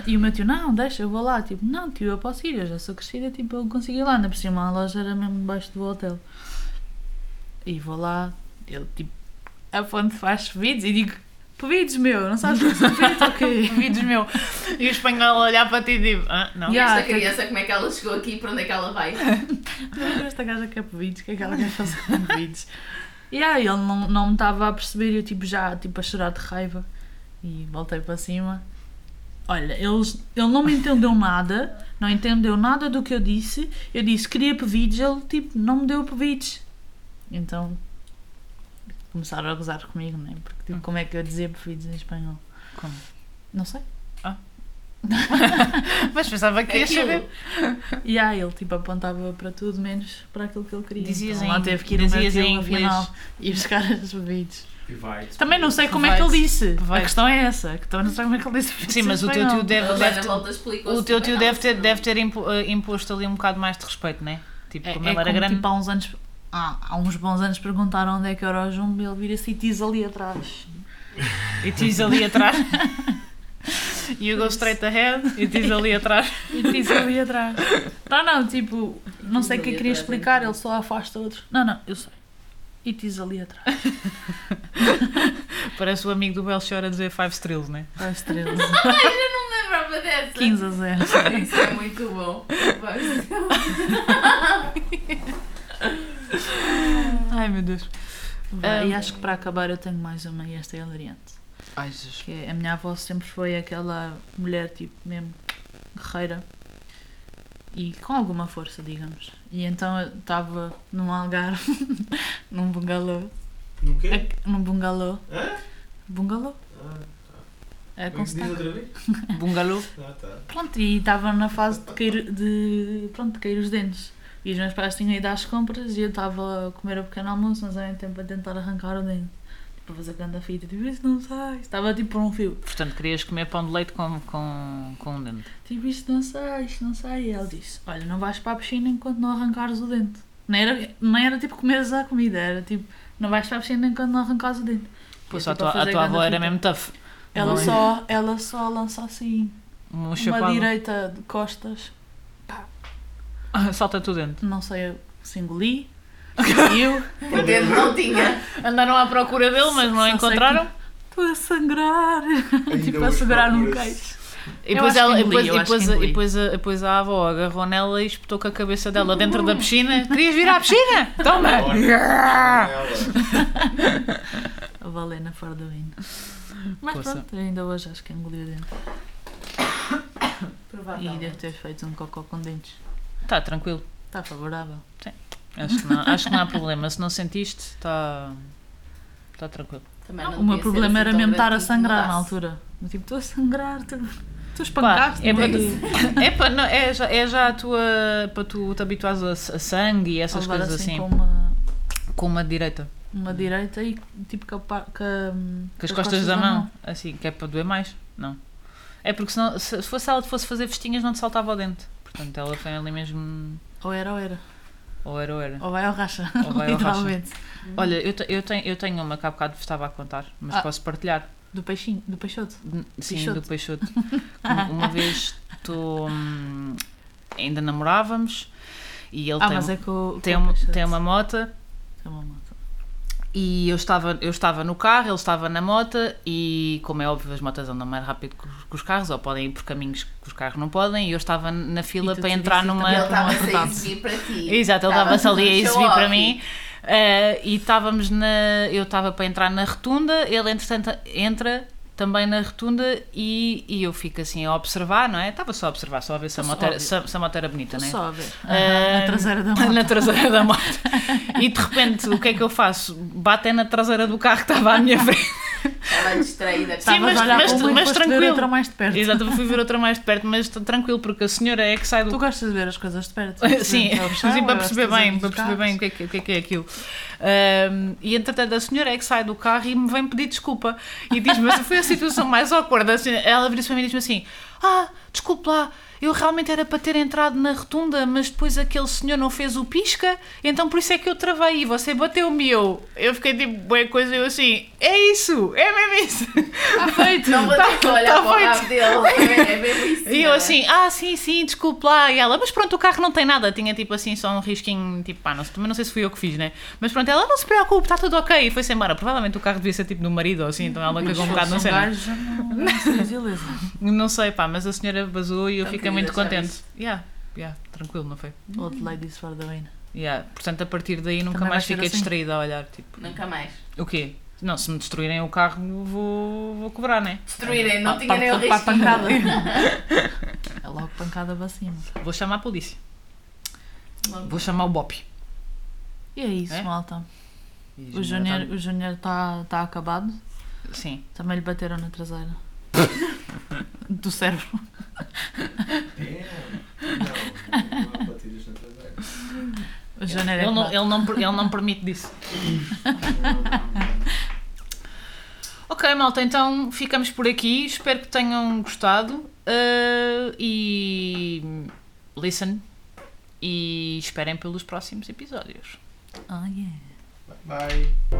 A: E o meu tio, não, deixa, eu vou lá. Tipo, não, tio, eu posso ir, eu já sou crescida, tipo, eu consigo ir lá. Ainda por cima, a loja era mesmo debaixo do hotel. E vou lá, ele, tipo, aponto para as vídeos e digo, Pedidos, meu, não sabes o que é
C: [LAUGHS]
A: pedido? Ok.
C: Vídeos meu. E o espanhol a olhar para ti e tipo, ah, não.
D: E
A: Yeah.
D: esta criança, como é que ela chegou aqui e para onde é que ela
C: [LAUGHS]
D: vai?
A: Esta gaja quer pedidos, o que é que ela quer fazer com pedidos? E aí ele não, não me estava a perceber e eu tipo já tipo, a chorar de raiva e voltei para cima. Olha, eles, ele não me entendeu nada, não entendeu nada do que eu disse. Eu disse queria pedidos, ele tipo não me deu pedidos. Então começaram a gozar comigo, né? Porque tipo, como é que eu dizia pedidos em espanhol?
C: Como?
A: Não sei.
C: Mas pensava que ias
D: Aquilo.
C: saber.
A: E aí ele tipo apontava para tudo menos para aquilo que ele queria.
C: Dizias
A: então, lá
C: em-
A: teve que ir ao meu
C: dizias em
A: tio, [LAUGHS]
C: inglês.
A: afinal, e buscar as bebidas.
B: E vai.
A: Também não sei como é que ele disse.
C: Vai.
A: A questão é essa. A questão não sei como é que ele disse.
C: Sim, mas o teu tio
D: A
C: deve, deve
D: Joana
C: ter-
D: volta explicou
C: o teu tio deve ter, deve ter impo- eh, imposto ali um bocado mais de respeito, né? Tipo,
A: É,
C: como
A: é
C: ele era
A: como,
C: grande.
A: tipo, há uns anos. há- há uns bons anos perguntaram onde é que era o Jumbo e ele vira-se e diz ali atrás.
C: E diz ali [LAUGHS] atrás. You go straight ahead. E diz ali [LAUGHS] atrás.
A: E diz ali atrás. [LAUGHS] Não, não, tipo, não sei o que eu
D: Ali
A: queria
D: atrás,
A: explicar,
D: então.
A: ele só afasta outros. Não, não, eu sei. E diz ali atrás.
C: Parece o amigo do Belchior a dizer five strills, né?
A: Às 13. [LAUGHS]
D: [LAUGHS] Ai, já não me lembrava dessa.
A: 15 a 0.
D: Isso é muito
C: [LAUGHS]
D: bom.
C: Ai meu Deus. Ah. Um,
A: e acho que para acabar eu tenho mais uma e esta é hilariante.
C: Ai Jesus.
A: Que é- a minha avó sempre foi aquela mulher, tipo, mesmo guerreira e com alguma força, digamos. E então eu estava num algarve, [LAUGHS] num bungalô,
B: No
C: É-
B: quê?
A: ac- num bungalô,
B: Hã?
A: bungalô,
B: Ah,
A: é
B: como
A: com
B: é que diz
A: sotaque.
B: outra vez?
C: Bungaloo.
B: Ah,
C: [LAUGHS]
B: tá.
A: Pronto, e estava na fase de cair, de, pronto, de cair os dentes. E os meus pais tinham ido às compras e eu estava a comer o pequeno almoço, mas ao mesmo tempo a tentar arrancar o dente. Tipo, a fazer grande fita, tipo, isso não sai. Estava tipo por um fio.
C: Portanto, querias comer pão de leite com, com, com um dente.
A: Tipo, isto não sai, isto não sai. E ele disse: Olha, não vais para a piscina enquanto não arrancares o dente. Não era, não era tipo comeres a comida, era tipo, não vais para a piscina enquanto não arrancares o dente.
C: Pois
A: Eu
C: a
A: estou
C: tua,
A: a
C: a
A: fazer
C: tua
A: grande
C: avó era
A: fita.
C: mesmo tough.
A: Ela
C: Não é?
A: só, ela só lança assim,
C: Um
A: uma
C: chapado.
A: direita de costas,
C: Salta-te Ah, o dente.
A: não sei, eu se
C: [LAUGHS]
A: engoli, eu,
D: O dedo não tinha.
C: Andaram à procura dele, mas não
A: Só
C: a
A: sei
C: encontraram.
A: estou a sangrar, [LAUGHS]
C: É
A: tipo a
B: hoje
A: segurar um
B: procura-se.
A: queixo.
C: E
A: Eu
C: depois,
A: acho que
C: ela, e
A: engoli,
C: depois,
A: eu
C: e
A: acho
C: depois,
A: que
C: e
A: engoli.
C: depois, a, depois a avó agarrou nela e espetou com a cabeça dela dentro da piscina. Querias vir à piscina? [LAUGHS] Toma!
B: Olha,
A: A Valena fora do vinho. Mas
C: Poça.
A: pronto, ainda hoje acho que engoli o dente. E devo
D: Provavelmente.
A: ter feito um cocó com dentes.
C: Está Tá tranquilo.
A: Está favorável.
C: Acho que, não, acho que não há problema. Se não sentiste, está. Está tranquilo.
D: Também
A: Não,
D: não
A: o meu
D: devia ser
A: problema
D: assim
A: era
D: tão
A: mesmo estar a
D: grande que
A: sangrar na
D: mudasse.
A: altura. Eu, Tipo, estou a sangrar, tu, tu
C: Pá,
A: espancaste.
C: é, para, é, para, não, é, já, é já a tua. para tu te habituares a, a sangue e essas coisas assim.
A: Com uma,
C: Com uma direita.
A: uma direita e tipo com a, pa- com a-
C: Com as, costas, da mão. Assim, que é para doer mais. Não. É porque senão, se se fosse ela te fosse fazer festinhas, não te saltava o dente. Portanto, ela foi ali mesmo.
A: Ou era, ou era.
C: Ou era, ou era.
A: Ou vai ao racha.
C: É. Ou vai ao racha.
A: literalmente.
C: Olha, eu, te- eu, tenho, eu tenho uma que há bocado vos estava a contar, mas
A: Ah.
C: posso partilhar.
A: Do peixinho, do peixoto.
C: N- Sim,
A: Peixoto.
C: do Peixoto. uma, uma vez estou. hum, ainda namorávamos e ele
A: ah,
C: tem, um-
A: mas é com,
C: tem,
A: com
C: uma,
A: o peixoto.
C: tem uma né? mota
A: Tem uma moto.
C: e eu estava, eu estava no carro, ele estava na mota e, como é óbvio, as motas andam mais rápido que os, que os carros ou podem ir por caminhos que os carros não podem e eu estava na fila
A: E tu
C: para
A: decidiste
C: entrar numa.
D: E ele
A: também
C: numa
D: estava-se a
C: apertada.
D: exibir para ti.
C: Exato,
A: Tá. [LAUGHS]
C: ele
D: Estava
C: estava-se ali a
D: no
C: exibir para
D: show-off.
C: mim. eh, e estávamos na. Eu estava para entrar na rotunda, ele entretanto entra também na rotunda e, e eu fico assim a observar, não é? Estava só a observar, só a ver se a
A: Só
C: moto era,
A: óbvio.
C: se a- se a moto era bonita,
A: Estou
C: não é?
A: só a ver.
C: Ah,
A: na traseira
C: [LAUGHS]
A: da
C: Na
A: moto.
C: traseira da moto.
A: [LAUGHS]
C: E de repente, o que é que eu faço? Batem na traseira do carro que estava à
A: [LAUGHS]
C: minha frente.
D: Estava distraída.
C: Sim, mas-
A: Estavas a olhar
C: mas-
A: para uma e
C: mas
A: foste ver
C: tranquilo.
A: outra mais de perto.
C: Exato, eu fui ver outra mais de perto, mas t- tranquilo, porque a senhora é que sai do
A: Tu gostas de ver as coisas de perto?
C: [LAUGHS] Sim,
A: Para
C: sim, para perceber bem, para perceber bem o que é que, o que é, que é aquilo. Ahm, e entretanto a senhora é que sai do carro e me vem pedir desculpa. E diz-me, mas foi a situação mais awkward. A senhora- Ela vira-se para mim e diz-me assim: Ah, desculpe lá, eu realmente era para ter entrado na rotunda, mas depois aquele senhor não fez o pisca, então por isso é que eu travei e você bateu-me. E Eu, eu fiquei tipo, boa coisa, eu assim: É isso, é mesmo isso.
A: Está feito.
D: Não vou ter que olhar
C: tá
D: para o rabo dele. É mesmo isso.
C: E eu
D: não
A: Né?
D: é?
C: assim, ah, sim, sim, desculpe lá. E ela, mas pronto, o carro não tem nada. Tinha tipo assim, só um risquinho, tipo, pá, não sei, também não sei se fui eu que fiz, né? Mas pronto, ela, não se preocupe, está tudo ok. E foi-se embora. Provavelmente o carro devia ser tipo do marido ou assim, então ela
A: Mas
C: cagou um
A: se
C: bocado,
A: fosse
C: não sei.
A: gajo, já não, não
C: [LAUGHS]
A: sei, beleza.
C: Não sei, pá, mas a senhora vazou e eu
D: Então,
C: fiquei
D: querida,
C: muito
D: já
C: contente.
D: viste.
C: Yeah, yeah, tranquilo, não foi?
A: Old ladies for the win.
C: Yeah. Portanto, a partir daí
A: Também
C: nunca
A: vai
C: mais
A: ser
C: fiquei
A: assim.
C: distraída a olhar, tipo,
D: Nunca mais.
C: o quê? Não, se me destruírem o carro, vou, vou cobrar, né?
D: Destruírem, não
A: Ah, Pá,
D: tinha nem o
A: pá, pá, pancada.
D: risquinho.
A: É logo pancada para cima.
C: Vou chamar a polícia.
D: Logo.
C: Vou chamar o BOP.
A: E é isso,
C: É?
A: malta.
C: E
A: O
C: já
A: Júnior o Júnior está tá acabado.
C: tá- Sim.
A: Também lhe bateram na [LAUGHS] traseira. Do cérebro.
B: Não, não há batidas na traseira.
A: O Júnior é que
C: Ele não,
A: bate.
C: ele, não, per- ele não permite disso. Ok, malta, então ficamos por aqui. Espero que tenham gostado. Uh, e. Listen. E esperem pelos próximos episódios.
A: Ah, yeah.
B: Bye.